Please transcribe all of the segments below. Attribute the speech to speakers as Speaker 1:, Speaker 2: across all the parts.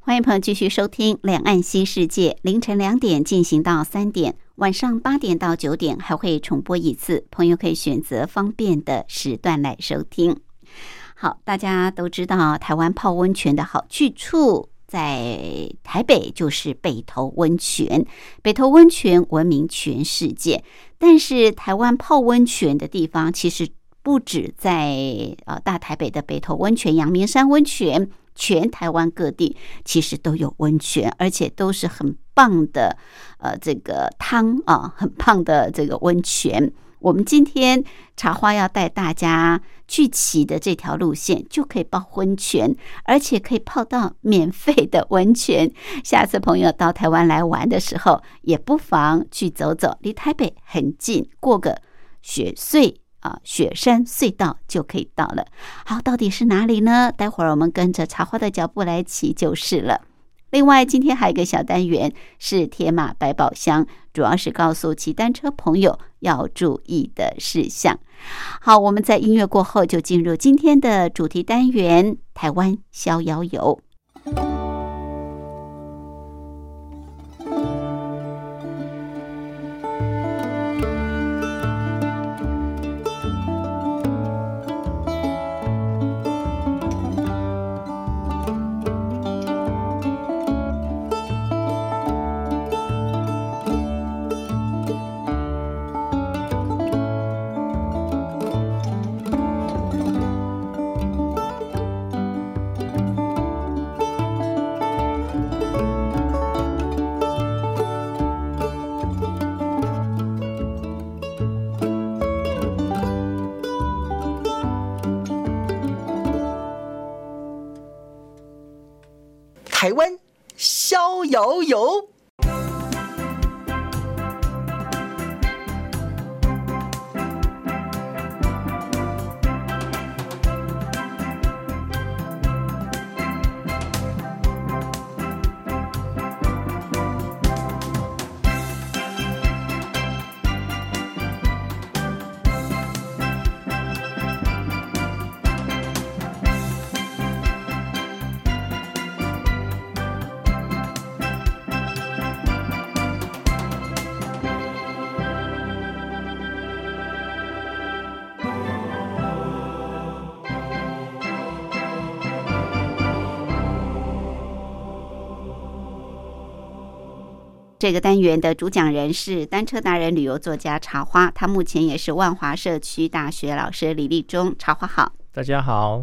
Speaker 1: 欢迎朋友继续收听《两岸新世界》，凌晨两点进行到三点，晚上八点到九点还会重播一次，朋友可以选择方便的时段来收听。好，大家都知道台湾泡温泉的好去处，在台北就是北投温泉，北投温泉闻名全世界。但是台湾泡温泉的地方其实不止在呃大台北的北投温泉、阳明山温泉。全台湾各地其实都有温泉，而且都是很棒的，呃，这个汤啊，很棒的这个温泉。我们今天茶花要带大家去骑的这条路线，就可以泡温泉，而且可以泡到免费的温泉。下次朋友到台湾来玩的时候，也不妨去走走，离台北很近，过个雪隧啊、雪山隧道就可以到了。好，到底是哪里呢？待会儿我们跟着茶花的脚步来骑就是了。另外，今天还有一个小单元是铁马百宝箱，主要是告诉骑单车朋友要注意的事项。好，我们在音乐过后就进入今天的主题单元——台湾逍遥游。
Speaker 2: 台湾逍遥游。
Speaker 1: 这个单元的主讲人是单车达人、旅游作家茶花，他目前也是万华社区大学老师李立忠。茶花好，
Speaker 3: 大家好，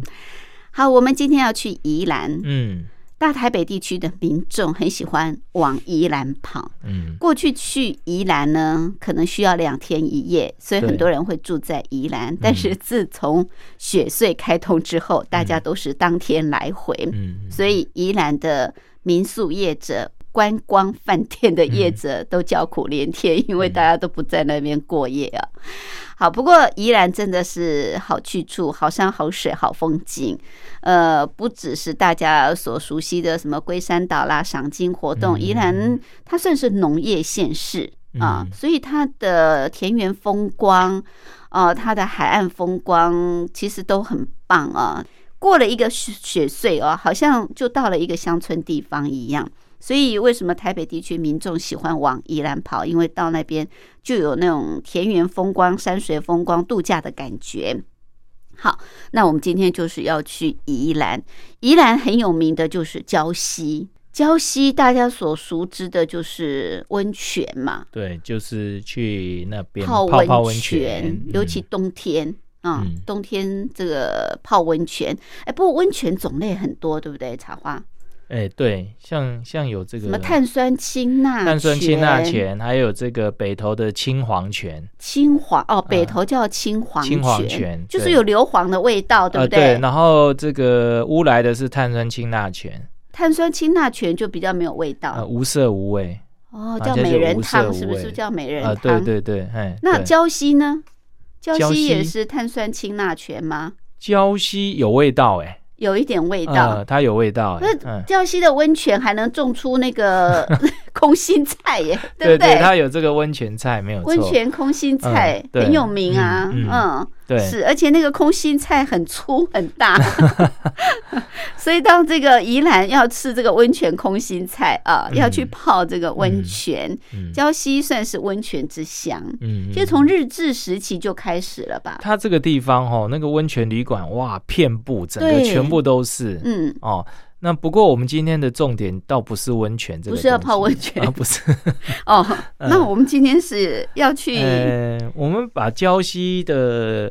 Speaker 1: 好，我们今天要去宜兰，
Speaker 3: 嗯
Speaker 1: 大台北地区的民众很喜欢往宜兰跑。
Speaker 3: 嗯，
Speaker 1: 过去去宜兰呢，可能需要两天一夜，所以
Speaker 3: 对
Speaker 1: 很多人会住在宜兰。但是自从雪隧开通之后，大家都是当天来回，
Speaker 3: 嗯，
Speaker 1: 所以宜兰的民宿业者、观光饭店的业者都叫苦连天，因
Speaker 3: 嗯
Speaker 1: 为大家都不在那边过夜啊。好，不过宜兰真的是好去处，好山好水好风景，呃，不只是大家所熟悉的什么龟山岛啦、赏金活动，
Speaker 3: 嗯
Speaker 1: 宜兰它算是农业县市啊，
Speaker 3: 嗯
Speaker 1: 所以它的田园风光，呃，它的海岸风光其实都很棒啊。过了一个雪雪隧哦，好像就到了一个乡村地方一样。所以为什么台北地区民众喜欢往宜兰跑？因为到那边就有那种田园风光、山水风光、度假的感觉。好，那我们今天就是要去宜兰。宜兰很有名的就是礁溪，礁溪大家所熟知的就是温泉嘛，
Speaker 3: 对，就是去那边
Speaker 1: 泡
Speaker 3: 泡泡
Speaker 1: 温
Speaker 3: 泉，
Speaker 1: 尤其冬天。啊、
Speaker 3: 嗯
Speaker 1: 冬天这个泡温泉，哎，不过温泉种类很多，对不对？茶花，
Speaker 3: 嗯哎、对，像像有这
Speaker 1: 什
Speaker 3: 个
Speaker 1: 么碳酸氢钠
Speaker 3: 碳酸氢钠
Speaker 1: 泉、
Speaker 3: 泉，还有这个北投的青黄泉，
Speaker 1: 青黄哦，北
Speaker 3: 嗯
Speaker 1: 投叫青黄
Speaker 3: 青黄泉
Speaker 1: 就是
Speaker 3: 对
Speaker 1: 有硫磺的味道，对
Speaker 3: 呃
Speaker 1: 不
Speaker 3: 对，然后这个乌来的是碳酸氢钠泉，
Speaker 1: 碳酸氢钠泉就比较没有味
Speaker 3: 呃，
Speaker 1: 道
Speaker 3: 无色无味，
Speaker 1: 哦，
Speaker 3: 啊
Speaker 1: 叫
Speaker 3: 这就
Speaker 1: 美人
Speaker 3: 无色
Speaker 1: 汤
Speaker 3: 无
Speaker 1: 是不是
Speaker 3: 味
Speaker 1: 叫美人
Speaker 3: 啊、
Speaker 1: 汤？
Speaker 3: 对对对，哎，
Speaker 1: 那
Speaker 3: 对
Speaker 1: 胶西呢？胶
Speaker 3: 胶
Speaker 1: 西
Speaker 3: 西
Speaker 1: 也是碳酸氢钠泉吗？
Speaker 3: 胶西有味道、哎，
Speaker 1: 有一点味道
Speaker 3: 呃，。它有味道、哎，
Speaker 1: 那
Speaker 3: 嗯。
Speaker 1: 胶西的温泉还能种出那个 空心菜耶，
Speaker 3: 对
Speaker 1: 不对？
Speaker 3: 它有这个温泉菜，没有错。
Speaker 1: 温泉空心菜
Speaker 3: 嗯对
Speaker 1: 很有名啊，
Speaker 3: 嗯
Speaker 1: 嗯，
Speaker 3: 对，
Speaker 1: 是，而且那个空心菜很粗很 大，所以到这个宜兰要吃这个温泉空心菜啊，要去泡这个温泉。
Speaker 3: 嗯
Speaker 1: 胶西算是温泉之乡，
Speaker 3: 嗯，
Speaker 1: 就从日治时期就开始了吧？
Speaker 3: 它这个地方哦，那个温泉旅馆哇，遍布整个
Speaker 1: 对
Speaker 3: 全部都是。
Speaker 1: 嗯，
Speaker 3: 哦，那不过我们今天的重点倒不是温泉这
Speaker 1: 不
Speaker 3: 个东西，
Speaker 1: 是要泡温泉
Speaker 3: 啊，不是。
Speaker 1: 哦，那我们今天是要去
Speaker 3: 嗯呃，我们把礁溪的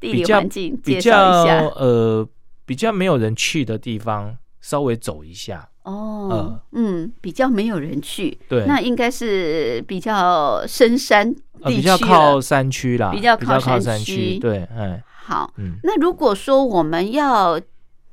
Speaker 1: 地
Speaker 3: 比
Speaker 1: 理
Speaker 3: 较
Speaker 1: 环境介
Speaker 3: 比较
Speaker 1: 绍一下
Speaker 3: 呃比较没有人去的地方稍微走一下，
Speaker 1: 哦
Speaker 3: 呃，
Speaker 1: 嗯，比较没有人去，
Speaker 3: 对，
Speaker 1: 那应该是比较深山
Speaker 3: 呃
Speaker 1: 地
Speaker 3: 比
Speaker 1: 区
Speaker 3: 较靠
Speaker 1: 了。
Speaker 3: 山区啦，
Speaker 1: 比
Speaker 3: 比
Speaker 1: 较
Speaker 3: 较
Speaker 1: 靠山
Speaker 3: 山
Speaker 1: 区
Speaker 3: 对，哎，
Speaker 1: 好，
Speaker 3: 嗯
Speaker 1: 那如果说我们要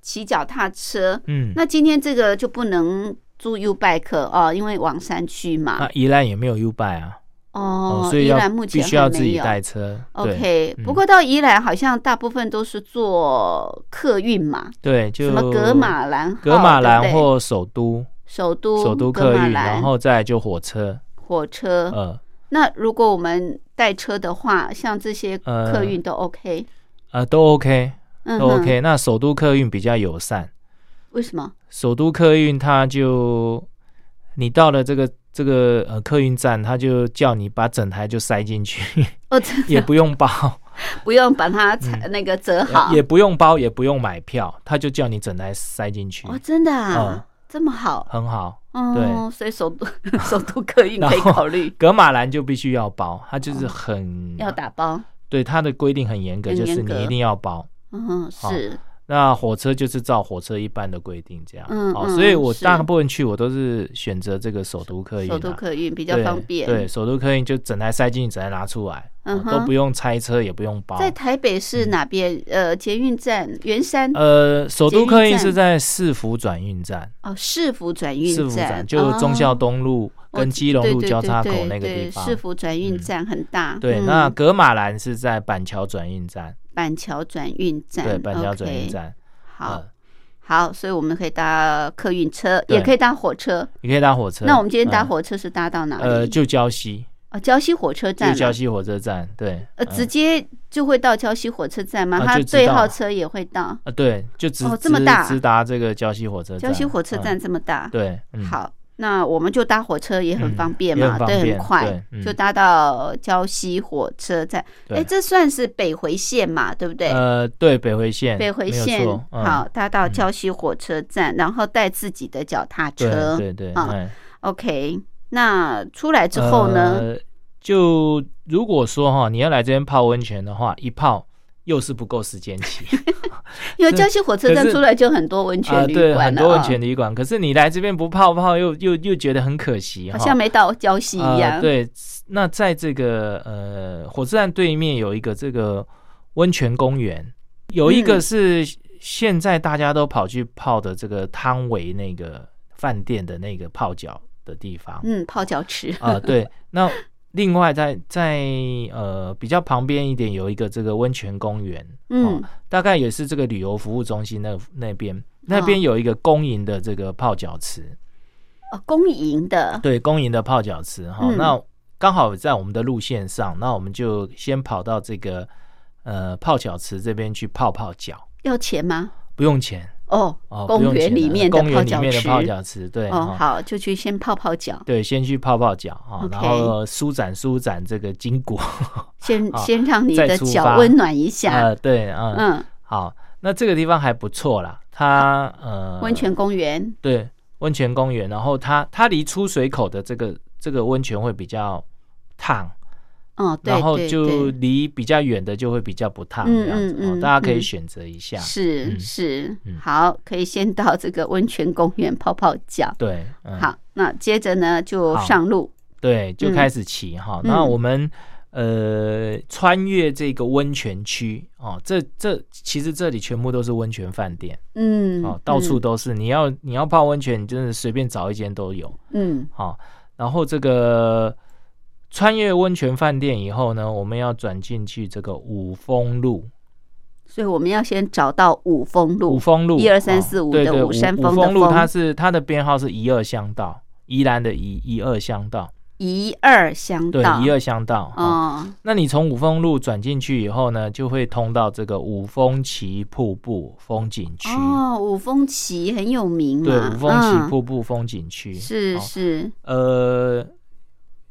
Speaker 1: 骑脚踏车，
Speaker 3: 嗯，
Speaker 1: 那今天这个就不能租 U bike 哦，因为往山区嘛
Speaker 3: 那。宜兰也没有 U b 啊，
Speaker 1: 哦，
Speaker 3: 所以
Speaker 1: 宜
Speaker 3: 要
Speaker 1: 兰目
Speaker 3: 必
Speaker 1: 前
Speaker 3: 须要
Speaker 1: 还
Speaker 3: 自
Speaker 1: 没
Speaker 3: 己
Speaker 1: 有。
Speaker 3: 带车，对
Speaker 1: OK，
Speaker 3: 嗯
Speaker 1: 不过到宜兰好像大部分都是坐客运嘛，
Speaker 3: 对，就
Speaker 1: 什么格马兰号、
Speaker 3: 格马兰
Speaker 1: 对不对
Speaker 3: 或首都
Speaker 1: 首都
Speaker 3: 首都
Speaker 1: 格
Speaker 3: 客
Speaker 1: 马
Speaker 3: 运，
Speaker 1: 兰
Speaker 3: 然后再来就火车，
Speaker 1: 火车。
Speaker 3: 呃
Speaker 1: 那如果我们带车的话，像这些
Speaker 3: 呃
Speaker 1: 客运都 OK，、
Speaker 3: 呃都 OK
Speaker 1: 嗯
Speaker 3: 都
Speaker 1: 哼
Speaker 3: OK，那首都客运比较友善。
Speaker 1: 为什么？
Speaker 3: 首都客运它就你到了这个这个呃客运站，它就叫你把整台就塞进去，
Speaker 1: 哦，真的
Speaker 3: 也不用包，
Speaker 1: 不用把它裁那个折好
Speaker 3: 嗯也，也不用包，也不用买票，它就叫你整台塞进去，
Speaker 1: 哦，真的
Speaker 3: 嗯
Speaker 1: 啊，这么好，
Speaker 3: 很好。
Speaker 1: 哦，
Speaker 3: 对
Speaker 1: 所以首都 首都客运
Speaker 3: 然
Speaker 1: 可
Speaker 3: 后
Speaker 1: 以考虑，
Speaker 3: 格马兰就必须要包，它就是很、
Speaker 1: 哦要打包，
Speaker 3: 对它的规定很严格，
Speaker 1: 很
Speaker 3: 就
Speaker 1: 严
Speaker 3: 是
Speaker 1: 格
Speaker 3: 你一定要包。
Speaker 1: 嗯，是，
Speaker 3: 那火车就是照火车一般的规定这样，
Speaker 1: 嗯
Speaker 3: 哦，
Speaker 1: 嗯
Speaker 3: 所以我
Speaker 1: 是
Speaker 3: 大部分去我都是选择这个首都客运、啊，
Speaker 1: 首都客运比较
Speaker 3: 对
Speaker 1: 方便，
Speaker 3: 对，，首都客运就整台塞进去，整台拿出来，
Speaker 1: 嗯
Speaker 3: 嗯、
Speaker 1: 哼
Speaker 3: 都不用拆车，也不用包。
Speaker 1: 在台北市哪边？呃，捷运站圆山
Speaker 3: 嗯呃，首都客
Speaker 1: 捷运
Speaker 3: 运
Speaker 1: 站
Speaker 3: 是在市府转运站，
Speaker 1: 哦，市府转
Speaker 3: 市
Speaker 1: 运
Speaker 3: 府
Speaker 1: 站
Speaker 3: 站就忠孝东路
Speaker 1: 哦
Speaker 3: 跟基隆
Speaker 1: 对
Speaker 3: 路
Speaker 1: 对
Speaker 3: 交
Speaker 1: 对
Speaker 3: 叉口
Speaker 1: 对
Speaker 3: 那个
Speaker 1: 对
Speaker 3: 地方。
Speaker 1: 市府转运
Speaker 3: 嗯
Speaker 1: 站很大，
Speaker 3: 对，
Speaker 1: 嗯
Speaker 3: 那格马兰是在板桥转运站，
Speaker 1: 板桥转运站，
Speaker 3: 对，板桥转运
Speaker 1: OK，
Speaker 3: 站。
Speaker 1: 好
Speaker 3: 嗯，
Speaker 1: 好，所以我们可以搭客运车，
Speaker 3: 对
Speaker 1: 也可以搭火车。
Speaker 3: 你可以搭火车。
Speaker 1: 那我们今天搭
Speaker 3: 嗯
Speaker 1: 火车是搭到哪里？
Speaker 3: 呃，就礁溪，
Speaker 1: 哦，礁溪火车
Speaker 3: 就
Speaker 1: 站
Speaker 3: 礁
Speaker 1: 了。
Speaker 3: 溪火车站，对，
Speaker 1: 呃，
Speaker 3: 嗯
Speaker 1: 直接就会到礁溪火车站吗？
Speaker 3: 啊
Speaker 1: 它
Speaker 3: 就知
Speaker 1: 对
Speaker 3: 道
Speaker 1: 号车也会到。
Speaker 3: 啊，对，就直
Speaker 1: 哦这么大
Speaker 3: 直直达这个礁溪火车站。
Speaker 1: 礁溪火车站
Speaker 3: 嗯
Speaker 1: 这么大，
Speaker 3: 对，嗯，
Speaker 1: 好，那我们就搭火车也很
Speaker 3: 嗯
Speaker 1: 方便
Speaker 3: 也
Speaker 1: 嘛，
Speaker 3: 很方
Speaker 1: 对，很
Speaker 3: 便
Speaker 1: 快
Speaker 3: 对，嗯
Speaker 1: 就搭到礁溪火车站。
Speaker 3: 对
Speaker 1: 哎，这算是北回线嘛，对不对？
Speaker 3: 呃，对，北回线，
Speaker 1: 北回
Speaker 3: 没有
Speaker 1: 线
Speaker 3: 错，嗯
Speaker 1: 好，搭到礁溪火车站，然后带自己的脚踏车。
Speaker 3: 对对对，
Speaker 1: 啊
Speaker 3: 哎
Speaker 1: OK，那出来之后呢？
Speaker 3: 呃就如果说哈，你要来这边泡温泉的话，一泡又是不够时间起
Speaker 1: 因为礁溪火车站
Speaker 3: 可是
Speaker 1: 出来就很多 温
Speaker 3: 啊、
Speaker 1: 泉旅
Speaker 3: 对，
Speaker 1: 馆哦
Speaker 3: 很
Speaker 1: 了，
Speaker 3: 多温泉旅馆。可是你来这边不泡泡又，又又觉得很可惜
Speaker 1: 好
Speaker 3: 哈。
Speaker 1: 像没到礁溪一样。
Speaker 3: 呃。对，那在这个呃火车站对面有一个这个温泉公园，有一
Speaker 1: 嗯
Speaker 3: 个是现在大家都跑去泡的这个汤唯那个饭店的那个泡脚的地方。
Speaker 1: 嗯，泡脚池。
Speaker 3: 啊、对。那另外在在呃比较旁边一点有一个这个温泉公园，
Speaker 1: 嗯，
Speaker 3: 大概也是这个旅游服务中心那那边，那
Speaker 1: 哦
Speaker 3: 边有一个公营的这个泡脚池，
Speaker 1: 哦，公营的。
Speaker 3: 对，公营的泡脚池哈、
Speaker 1: 嗯
Speaker 3: 那刚好在我们的路线上，那我们就先跑到这个呃泡脚池这边去泡泡脚，
Speaker 1: 要钱吗？
Speaker 3: 不用钱。
Speaker 1: 哦，
Speaker 3: 哦，不
Speaker 1: 公
Speaker 3: 用
Speaker 1: 园
Speaker 3: 钱
Speaker 1: 里
Speaker 3: 的
Speaker 1: 面的
Speaker 3: 公
Speaker 1: 泡
Speaker 3: 园里
Speaker 1: 脚
Speaker 3: 面的
Speaker 1: 池。
Speaker 3: 泡脚池，对，
Speaker 1: 哦
Speaker 3: 哦，
Speaker 1: 好，就去先泡泡脚，
Speaker 3: 对，先去泡泡脚啊，哦
Speaker 1: OK
Speaker 3: 然后舒展舒展这个筋骨，
Speaker 1: 先
Speaker 3: 好
Speaker 1: 先让你
Speaker 3: 再
Speaker 1: 的
Speaker 3: 出
Speaker 1: 脚
Speaker 3: 发
Speaker 1: 温暖一下。
Speaker 3: 啊，对，嗯，
Speaker 1: 嗯，
Speaker 3: 好，那这个地方还不错啦，它呃，
Speaker 1: 温泉公园
Speaker 3: 对温泉公园，然后它它离出水口的这个这个温泉会比较烫，
Speaker 1: 哦，对
Speaker 3: 然后
Speaker 1: 对
Speaker 3: 就
Speaker 1: 对
Speaker 3: 离比较远的就会比较不烫
Speaker 1: 嗯
Speaker 3: 这样子，
Speaker 1: 嗯嗯
Speaker 3: 哦、大家可以
Speaker 1: 嗯
Speaker 3: 选择一下。
Speaker 1: 是
Speaker 3: 嗯
Speaker 1: 是
Speaker 3: 嗯，
Speaker 1: 好，可以先到这个温泉公园泡泡脚。
Speaker 3: 对，嗯、
Speaker 1: 好，那接着呢就
Speaker 3: 好
Speaker 1: 上路，
Speaker 3: 对，就
Speaker 1: 嗯
Speaker 3: 开始骑哈。
Speaker 1: 嗯
Speaker 3: 那我们呃穿越这个温泉区哦，这这其实这里全部都是温泉饭店
Speaker 1: 嗯，
Speaker 3: 哦，到处
Speaker 1: 嗯
Speaker 3: 都是。你要你要泡温泉，你真的随便找一间都有
Speaker 1: 嗯
Speaker 3: 哦。然后这个穿越温泉饭店以后呢，我们要转进去这个五峰路，
Speaker 1: 所以我们要先找到五峰
Speaker 3: 五
Speaker 1: 路，
Speaker 3: 峰路
Speaker 1: 一二三
Speaker 3: 哦
Speaker 1: 四五
Speaker 3: 对
Speaker 1: 的
Speaker 3: 对
Speaker 1: 五山
Speaker 3: 五
Speaker 1: 峰的
Speaker 3: 峰路，
Speaker 1: 峰
Speaker 3: 它是它的编号是一二乡道，宜兰的宜一二乡道，
Speaker 1: 一二乡
Speaker 3: 对，
Speaker 1: 道，
Speaker 3: 一二乡道哦
Speaker 1: 哦，
Speaker 3: 那你从五峰路转进去以后呢，就会通到这个五峰旗瀑布风景区。
Speaker 1: 哦，五峰旗很有名嘛，
Speaker 3: 对，五峰旗
Speaker 1: 嗯
Speaker 3: 瀑布风景区、
Speaker 1: 是
Speaker 3: 哦
Speaker 1: 是，
Speaker 3: 呃，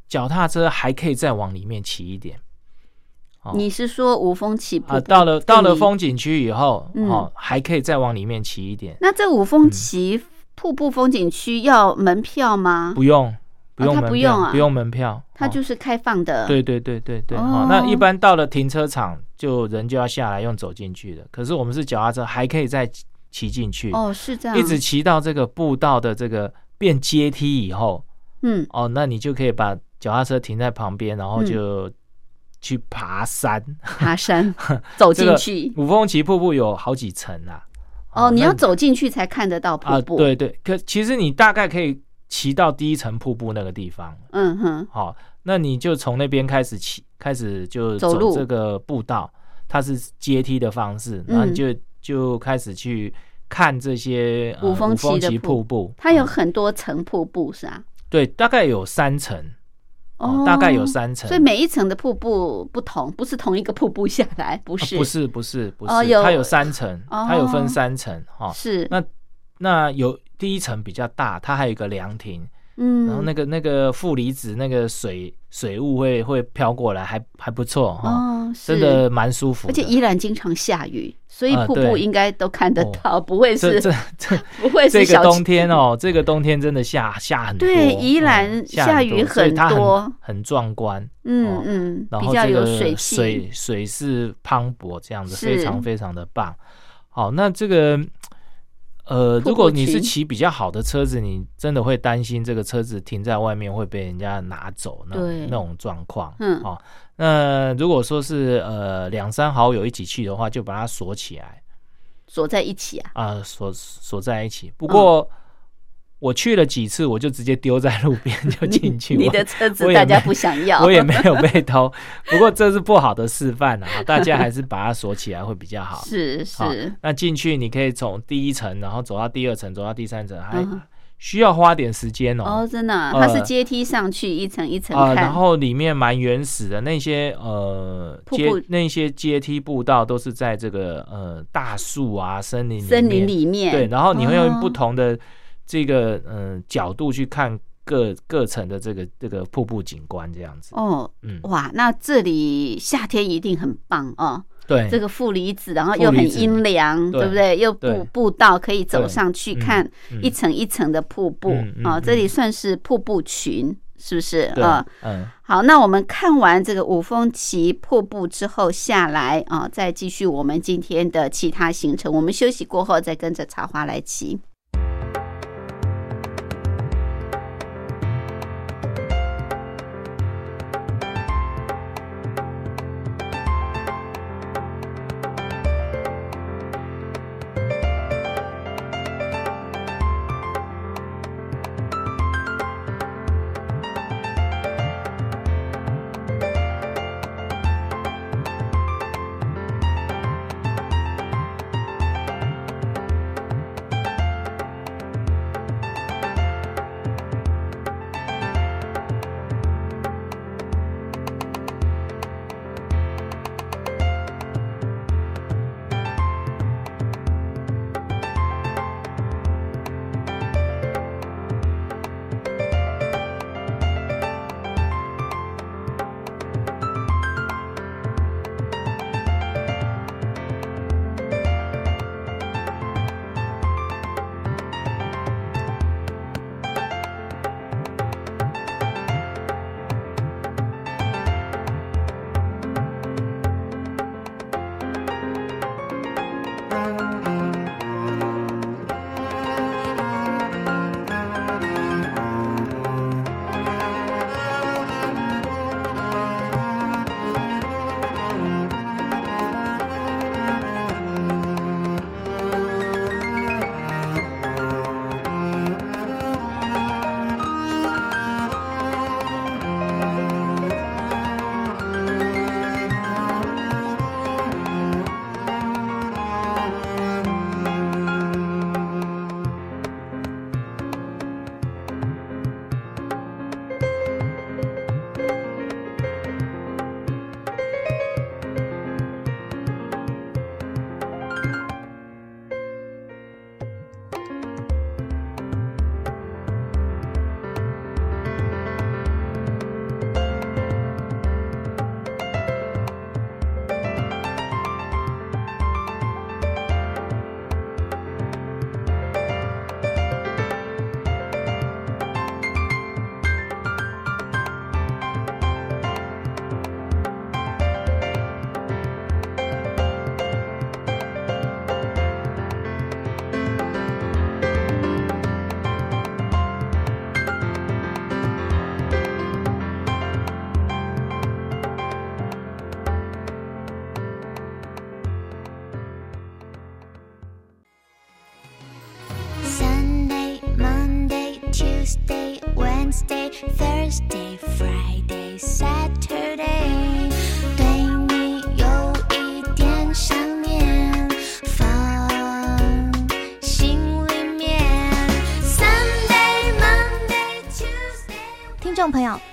Speaker 3: 脚踏车还可以再往里面骑一点。哦
Speaker 1: 你是说五峰旗瀑
Speaker 3: 啊，
Speaker 1: 布
Speaker 3: 到了到了
Speaker 1: 更
Speaker 3: 风景区以后，
Speaker 1: 嗯
Speaker 3: 哦，还可以再往里面骑一点，
Speaker 1: 那这五峰旗瀑布风景区要门票吗？
Speaker 3: 不用不用
Speaker 1: 它
Speaker 3: 门票，
Speaker 1: 不用啊
Speaker 3: 不用门票，
Speaker 1: 它就
Speaker 3: 哦、
Speaker 1: 是开放的，
Speaker 3: 对对对对对。
Speaker 1: 哦
Speaker 3: 哦，那一般到了停车场就人就要下来用走进去的，可是我们是脚踏车，还可以再骑骑进去。
Speaker 1: 哦，是这样，
Speaker 3: 一直骑到这个步道的这个变阶梯以后，
Speaker 1: 嗯
Speaker 3: 哦，那你就可以把脚踏车停在旁边，然后就去爬山。
Speaker 1: 爬山走
Speaker 3: 这
Speaker 1: 进
Speaker 3: 个
Speaker 1: 去。
Speaker 3: 五峰旗瀑布有好几层啊。
Speaker 1: 哦，你
Speaker 3: 那
Speaker 1: 要走进去才看得到瀑
Speaker 3: 啊？
Speaker 1: 布。，
Speaker 3: 对对，可其实你大概可以骑到第一层瀑布那个地方。
Speaker 1: 嗯哼，
Speaker 3: 好、那你就从那边开始骑，开始就
Speaker 1: 走
Speaker 3: 走
Speaker 1: 路
Speaker 3: 这个步道，它是阶梯的方式，
Speaker 1: 嗯
Speaker 3: 然后你就、就开始去看这些、呃、
Speaker 1: 五峰旗的
Speaker 3: 旗
Speaker 1: 瀑
Speaker 3: 瀑布，
Speaker 1: 它有
Speaker 3: 嗯
Speaker 1: 很多层瀑布是啊，
Speaker 3: 对，大概有三层。哦，大概有，三层，
Speaker 1: 所以每一层的瀑布不同，不是同一个瀑布下来，不
Speaker 3: 啊
Speaker 1: 是，
Speaker 3: 不是不是不是，
Speaker 1: 哦有
Speaker 3: 它有三层，
Speaker 1: 哦
Speaker 3: 它有分三层哈、哦。
Speaker 1: 是，
Speaker 3: 那那有第一层比较大，它还有一个凉亭，
Speaker 1: 嗯，
Speaker 3: 然后那个那个负离子那个水水雾会会飘过来，还还不错哈、
Speaker 1: 哦，是
Speaker 3: 真的，蛮舒服
Speaker 1: 而且
Speaker 3: 的。
Speaker 1: 依然经常下雨，所以
Speaker 3: 啊
Speaker 1: 瀑布
Speaker 3: 对
Speaker 1: 应该都看得
Speaker 3: 哦
Speaker 1: 到，不会是
Speaker 3: 这这这
Speaker 1: 不会是
Speaker 3: 这个
Speaker 1: 小
Speaker 3: 冬天哦， 这个冬天真的下下很多，
Speaker 1: 对宜兰
Speaker 3: 嗯
Speaker 1: 下
Speaker 3: 很
Speaker 1: 雨
Speaker 3: 多所以
Speaker 1: 很
Speaker 3: 它
Speaker 1: 多
Speaker 3: 很壮观。
Speaker 1: 嗯
Speaker 3: 哦
Speaker 1: 嗯，
Speaker 3: 然
Speaker 1: 比
Speaker 3: 后
Speaker 1: 较
Speaker 3: 这
Speaker 1: 有
Speaker 3: 个
Speaker 1: 水气，
Speaker 3: 水水势磅礴，这样子
Speaker 1: 是
Speaker 3: 非常非常的棒。好，那这个呃，
Speaker 1: 瀑布
Speaker 3: 如果你
Speaker 1: 区
Speaker 3: 是骑比较好的车子，你真的会担心这个车子停在外面会被人家拿走那
Speaker 1: 对
Speaker 3: 种那种状况。
Speaker 1: 嗯
Speaker 3: 好、那如果说是呃两三好友一起去的话，就把它锁起来
Speaker 1: 锁在一起啊，
Speaker 3: 啊、锁锁在一起。
Speaker 1: 嗯
Speaker 3: 不过、我去了几次，我就直接丢在路 边就进去。
Speaker 1: 你
Speaker 3: 我
Speaker 1: 的哦车子
Speaker 3: 我也
Speaker 1: 大家
Speaker 3: 没
Speaker 1: 不想要，
Speaker 3: 我也没有被偷，不过这是不好的示范啊，大家还是把它锁起来会比较好。
Speaker 1: 是
Speaker 3: 好
Speaker 1: 是，
Speaker 3: 那进去你可以从第一层，然后走到第二层，走到第三层，还
Speaker 1: 嗯
Speaker 3: 需要花点时间
Speaker 1: 哦，
Speaker 3: 哦。
Speaker 1: 真的啊，它是
Speaker 3: 呃
Speaker 1: 阶梯上去一层一层
Speaker 3: 啊、
Speaker 1: 看
Speaker 3: 然，后里面蛮原始的那些呃
Speaker 1: 瀑
Speaker 3: 阶
Speaker 1: 布
Speaker 3: 那些阶梯步道都是在这个呃大树啊森林
Speaker 1: 森林里面，
Speaker 3: 对，然后你会用
Speaker 1: 哦
Speaker 3: 不同的这个嗯、呃角度去看各各层的这个这个瀑布景观这样子，
Speaker 1: 哦，
Speaker 3: 嗯，
Speaker 1: 哇，那这里夏天一定很棒哦，
Speaker 3: 对，
Speaker 1: 这个负离子，然后
Speaker 3: 负
Speaker 1: 又很
Speaker 3: 离子
Speaker 1: 阴凉，
Speaker 3: 对
Speaker 1: 对不对？又
Speaker 3: 对
Speaker 1: 步步道可以走
Speaker 3: 对
Speaker 1: 上去
Speaker 3: 嗯
Speaker 1: 看
Speaker 3: 嗯
Speaker 1: 一层一层的瀑布
Speaker 3: 嗯嗯
Speaker 1: 哦，
Speaker 3: 嗯
Speaker 1: 这里算是瀑布群，是不是？
Speaker 3: 对
Speaker 1: 啊，，
Speaker 3: 嗯。
Speaker 1: 好，那我们看完这个五峰旗瀑布之后下来啊，再继续我们今天的其他行程。我们休息过后再跟着茶花来骑。
Speaker 4: Thursday, Friday, Saturday，对你有一点想念，放心里面。Sunday, Monday, Tuesday。
Speaker 5: 听众朋友，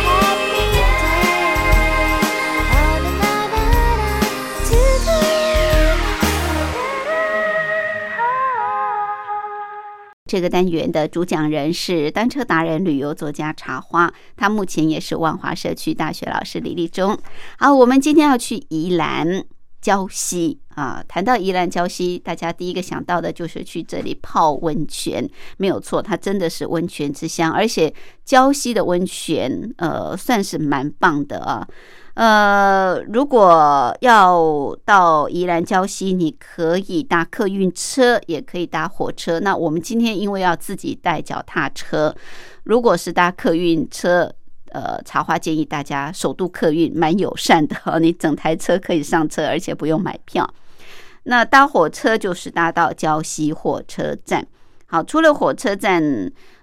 Speaker 4: happy day. Oh, da, da, da, da, to the end.
Speaker 1: 这个单元的主讲人是单车达人、旅游作家茶花，他目前也是万华社区大学老师李立忠。好，我们今天要去宜兰礁溪啊。谈到宜兰礁溪，大家第一个想到的就是去这里泡温泉，没有错，它真的是温泉之乡，而且礁溪的温泉呃算是蛮棒的啊。呃，如果要到宜兰礁溪，你可以搭客运车，也可以搭火车。那我们今天因为要自己带脚踏车，如果是搭客运车，呃，茶花建议大家首都客运蛮友善的、哦，你整台车可以上车，而且不用买票。那搭火车就是搭到礁溪火车站。好，除了火车站，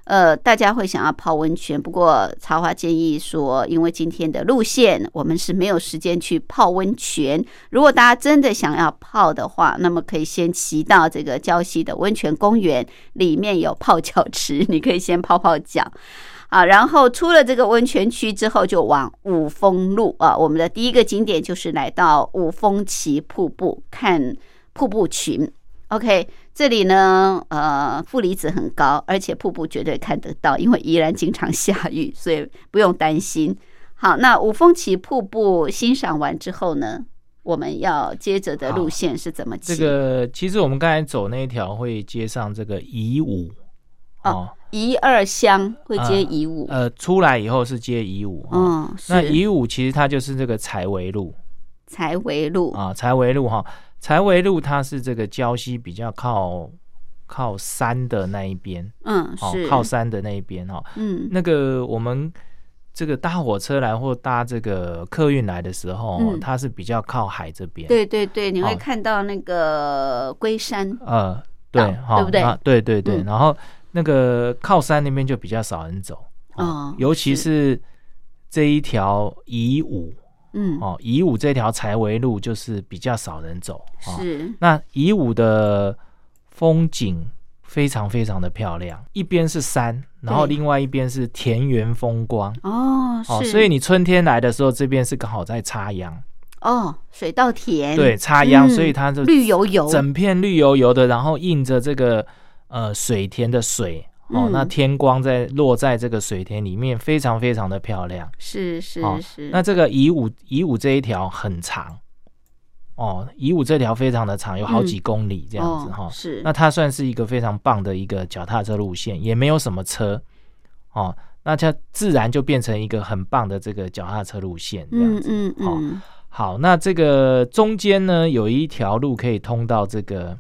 Speaker 1: 呃，大家会想要泡温泉。不过茶花建议说，因为今天的路线，我们是没有时间去泡温泉。如果大家真的想要泡的话，那么可以先骑到这个礁溪的温泉公园，里面有泡脚池， 你可以先泡泡脚。啊，然后出了这个温泉区之后，就往五峰路啊。我们的第一个景点就是来到五峰旗瀑布看瀑布群。OK，这里呢，呃，负离子很高，而且瀑布绝对看得到，因为宜兰经常下雨，所以不用担心。好，那五峰旗瀑布欣赏完之后呢，我们要接着的路线是怎么骑？
Speaker 3: 这个其实我们刚才走那一条会接上这个乙五
Speaker 1: 哦，宜二乡会接宜五，
Speaker 3: 呃，出来以后是接乙五。哦
Speaker 1: 嗯，
Speaker 3: 那
Speaker 1: 是
Speaker 3: 乙五其实它就是这个柴围路
Speaker 1: 才围路，
Speaker 3: 啊，柴围路哈，柴围路它是这个礁溪比较靠靠山的那一边，
Speaker 1: 嗯，
Speaker 3: 哦
Speaker 1: 是，
Speaker 3: 靠山的那一边哦哈。
Speaker 1: 嗯，
Speaker 3: 那个我们这个搭火车来或搭这个客运来的时候，
Speaker 1: 嗯
Speaker 3: 它是比较靠海这边。
Speaker 1: 对对对，你会
Speaker 3: 哦
Speaker 1: 看到那个龟山，
Speaker 3: 呃，对
Speaker 1: 岛，
Speaker 3: 哈
Speaker 1: 对不对
Speaker 3: 啊对对对，
Speaker 1: 嗯
Speaker 3: 然后那个靠山那边就比较少人走，
Speaker 1: 哦
Speaker 3: 尤其是这一条乙五
Speaker 1: 嗯，
Speaker 3: 哦，乙五这条柴围路就是比较少人走。哦、
Speaker 1: 是，
Speaker 3: 那乙五的风景非常非常的漂亮，一边是山，然后
Speaker 1: 对
Speaker 3: 另外一边是田园风光。
Speaker 1: 哦，
Speaker 3: 哦，
Speaker 1: 是，
Speaker 3: 所以你春天来的时候，这边是刚好在插秧，
Speaker 1: 哦，水稻田，
Speaker 3: 对，，插秧，
Speaker 1: 嗯
Speaker 3: 所以它就
Speaker 1: 绿油油，
Speaker 3: 整片绿油油的，然后映着这个呃水田的水哦，
Speaker 1: 嗯
Speaker 3: 那天光在落在这个水田里面，非常非常的漂亮。
Speaker 1: 是是
Speaker 3: 哦
Speaker 1: 是，
Speaker 3: 那这个乙五乙五这一条很长哦，乙五这条非常的长，有好几公里这样子哈、
Speaker 1: 嗯哦是，
Speaker 3: 那它算是一个非常棒的一个脚踏车路线，也没有什么车哦，那它自然就变成一个很棒的这个脚踏车路线这样
Speaker 1: 嗯
Speaker 3: 子。
Speaker 1: 嗯
Speaker 3: 哦
Speaker 1: 嗯，
Speaker 3: 好，那这个中间呢，有一条路可以通到这个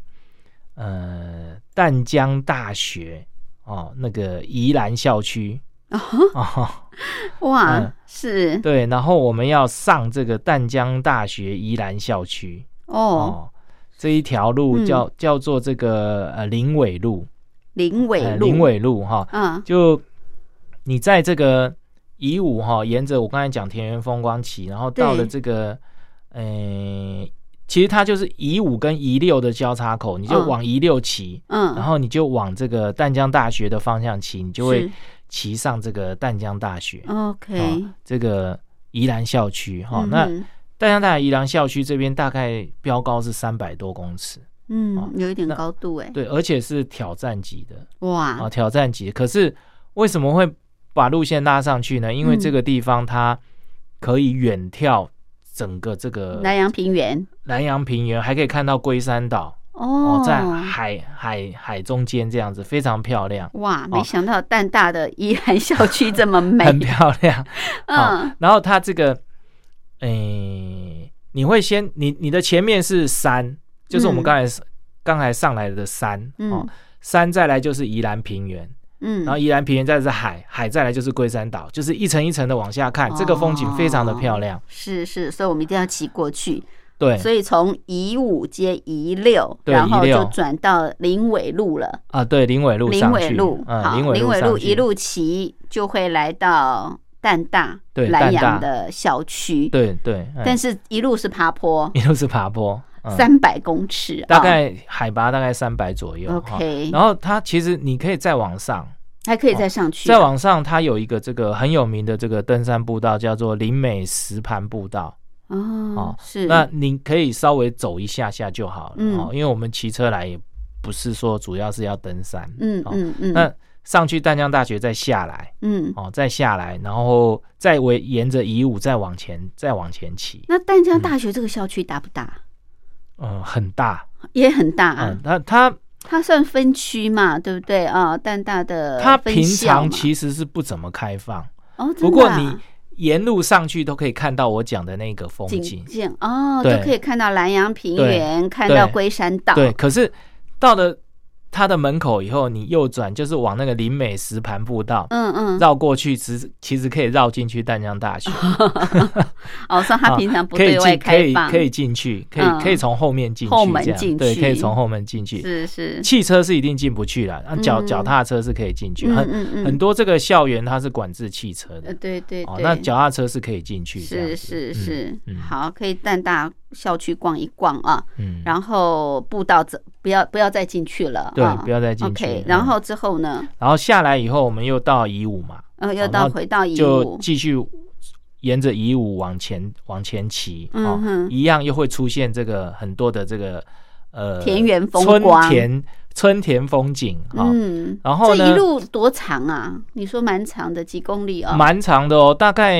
Speaker 3: 呃淡江大学哦，那个宜兰校区
Speaker 1: 啊
Speaker 3: 哦，
Speaker 1: 哇
Speaker 3: 嗯，
Speaker 1: 是，
Speaker 3: 对，然后我们要上这个淡江大学宜兰校区
Speaker 1: 哦，
Speaker 3: 哦。这一条路
Speaker 1: 嗯
Speaker 3: 叫、叫做这个呃林尾路，
Speaker 1: 林尾
Speaker 3: 呃
Speaker 1: 路，
Speaker 3: 林，尾路哈、
Speaker 1: 嗯，
Speaker 3: 就你在这个乙武哈，沿着我刚才讲田园风光骑，然后到了
Speaker 1: 对
Speaker 3: 这个，呃，其实它就是乙五跟乙六的交叉口，你就
Speaker 1: 嗯
Speaker 3: 往乙六骑，
Speaker 1: 嗯，
Speaker 3: 然后你就往这个淡江大学的方向骑，你就会
Speaker 1: 是
Speaker 3: 骑上这个淡江大学、
Speaker 1: OK，
Speaker 3: 这个宜兰校区
Speaker 1: 嗯
Speaker 3: 哈、哦那
Speaker 1: 哼
Speaker 3: 淡江大学宜兰校区这边大概标高是三百多公尺，哦
Speaker 1: 嗯，有一点
Speaker 3: 那
Speaker 1: 高度哎，
Speaker 3: 对，而且是挑战级的。啊，
Speaker 1: 哇，
Speaker 3: 挑战级。可是为什么会把路线拉上去呢？因
Speaker 1: 嗯
Speaker 3: 为这个地方它可以远眺整个这个
Speaker 1: 南洋平原，
Speaker 3: 南洋平原，还可以看到龟山岛
Speaker 1: 哦
Speaker 3: 哦，，在海海海中间这样子，非常漂亮，
Speaker 1: 哇，没
Speaker 3: 哦
Speaker 1: 想到淡大的宜兰校区这么美，
Speaker 3: 很哦漂 亮。好
Speaker 1: 嗯，，
Speaker 3: 然后它这个，诶、你会先你你的前面是山，就是我们
Speaker 1: 嗯
Speaker 3: 刚才刚才上来的山、哦
Speaker 1: 嗯，
Speaker 3: 山再来就是宜兰平原，
Speaker 1: 嗯，
Speaker 3: 然后宜兰平原再来是海，海再来就是龟山岛，就是一层一层的往下看，这个风景非常的漂亮。
Speaker 1: 是是，所以我们一定要骑过去。
Speaker 3: 对，
Speaker 1: 哦所以从宜五接宜六，
Speaker 3: 对
Speaker 1: 然后
Speaker 3: 宜
Speaker 1: 就
Speaker 3: 六
Speaker 1: 转到林尾路了。
Speaker 3: 啊，对，林尾路
Speaker 1: 林
Speaker 3: 上
Speaker 1: 尾
Speaker 3: 去，
Speaker 1: 路，
Speaker 3: 嗯，
Speaker 1: 好，
Speaker 3: 林尾
Speaker 1: 林
Speaker 3: 路
Speaker 1: 尾
Speaker 3: 上
Speaker 1: 路
Speaker 3: 去
Speaker 1: 一路骑就会来到淡大
Speaker 3: 对
Speaker 1: 南
Speaker 3: 淡
Speaker 1: 阳
Speaker 3: 大
Speaker 1: 的小区。
Speaker 3: 对对，嗯
Speaker 1: 但是一路是爬坡，
Speaker 3: 一路是爬坡，嗯
Speaker 1: 三百公尺，
Speaker 3: 大
Speaker 1: 哦
Speaker 3: 概哦海拔大概三百左右。哈
Speaker 1: OK
Speaker 3: 然后它其实你可以再往上，
Speaker 1: 还可以再上去，
Speaker 3: 再往上它有一个这个很有名的这个登山步道，叫做林美石盘步道。
Speaker 1: 哦
Speaker 3: 哦，
Speaker 1: 是
Speaker 3: 那你可以稍微走一下下就好了、
Speaker 1: 嗯
Speaker 3: 哦，因为我们骑车来也不是说主要是要登山，
Speaker 1: 嗯
Speaker 3: 哦
Speaker 1: 嗯嗯，
Speaker 3: 那上去淡江大学再下来
Speaker 1: 嗯，
Speaker 3: 哦，再下来，然后再围沿着乙武再往前再往前骑，
Speaker 1: 那淡江大学这个校区大不大？
Speaker 3: 嗯、很大，
Speaker 1: 也很大啊
Speaker 3: 嗯，，它它
Speaker 1: 它算分区嘛，对不对啊？淡大的
Speaker 3: 它
Speaker 1: 分
Speaker 3: 平
Speaker 1: 校
Speaker 3: 常
Speaker 1: 嘛
Speaker 3: 其实是不怎么开放，
Speaker 1: 哦，
Speaker 3: 不
Speaker 1: 真
Speaker 3: 过
Speaker 1: 的啊
Speaker 3: 你沿路上去都可以看到我讲的那个风景
Speaker 1: 景，见哦，
Speaker 3: 对
Speaker 1: 就可以看到南洋平
Speaker 3: 对
Speaker 1: 原，看到
Speaker 3: 对
Speaker 1: 龟山岛，
Speaker 3: 对，可是到了它的门口以后，你右转就是往那个林美石盘步道。
Speaker 1: 嗯嗯，
Speaker 3: 绕过去，其实其实可以绕进去淡江 大学，
Speaker 1: 哦，所以它平常不
Speaker 3: 啊可以
Speaker 1: 对外
Speaker 3: 进，可
Speaker 1: 开
Speaker 3: 以
Speaker 1: 放，
Speaker 3: 啊可以进去，可以、
Speaker 1: 嗯
Speaker 3: 可以从后面进去，
Speaker 1: 后门
Speaker 3: 这样
Speaker 1: 进
Speaker 3: 对，
Speaker 1: 去
Speaker 3: 可以从后门进去。
Speaker 1: 是是，
Speaker 3: 汽车是一定进不去了，那脚
Speaker 1: 嗯
Speaker 3: 脚踏车是可以进去，
Speaker 1: 嗯
Speaker 3: 很
Speaker 1: 嗯嗯，
Speaker 3: 很多这个校园它是管制汽车
Speaker 1: 呃，
Speaker 3: 的，
Speaker 1: 对对
Speaker 3: 哦
Speaker 1: 对，，
Speaker 3: 那脚踏车是可以进去，这样
Speaker 1: 是是
Speaker 3: 子嗯
Speaker 1: 是，
Speaker 3: 嗯
Speaker 1: 好，可以淡大校区逛一逛啊，
Speaker 3: 嗯，
Speaker 1: 然后步道走，不要不要再进去了啊，
Speaker 3: 对不要再进
Speaker 1: OK，
Speaker 3: 去
Speaker 1: 然
Speaker 3: 嗯
Speaker 1: 后之后呢，
Speaker 3: 然后下来以后，我们又到乙武嘛，
Speaker 1: 呃，又
Speaker 3: 哦
Speaker 1: 到
Speaker 3: 那
Speaker 1: 回到宜
Speaker 3: 就
Speaker 1: 武，
Speaker 3: 继续沿着乙武往前往前骑，哦
Speaker 1: 嗯，哼
Speaker 3: 一样又会出现这个很多的这个呃
Speaker 1: 田园风
Speaker 3: 春
Speaker 1: 光
Speaker 3: 田春田风景啊，哦
Speaker 1: 嗯，
Speaker 3: 然后
Speaker 1: 这一
Speaker 3: 呢
Speaker 1: 路多长啊？你说蛮长的，几公里哦，
Speaker 3: 蛮长的哦，大概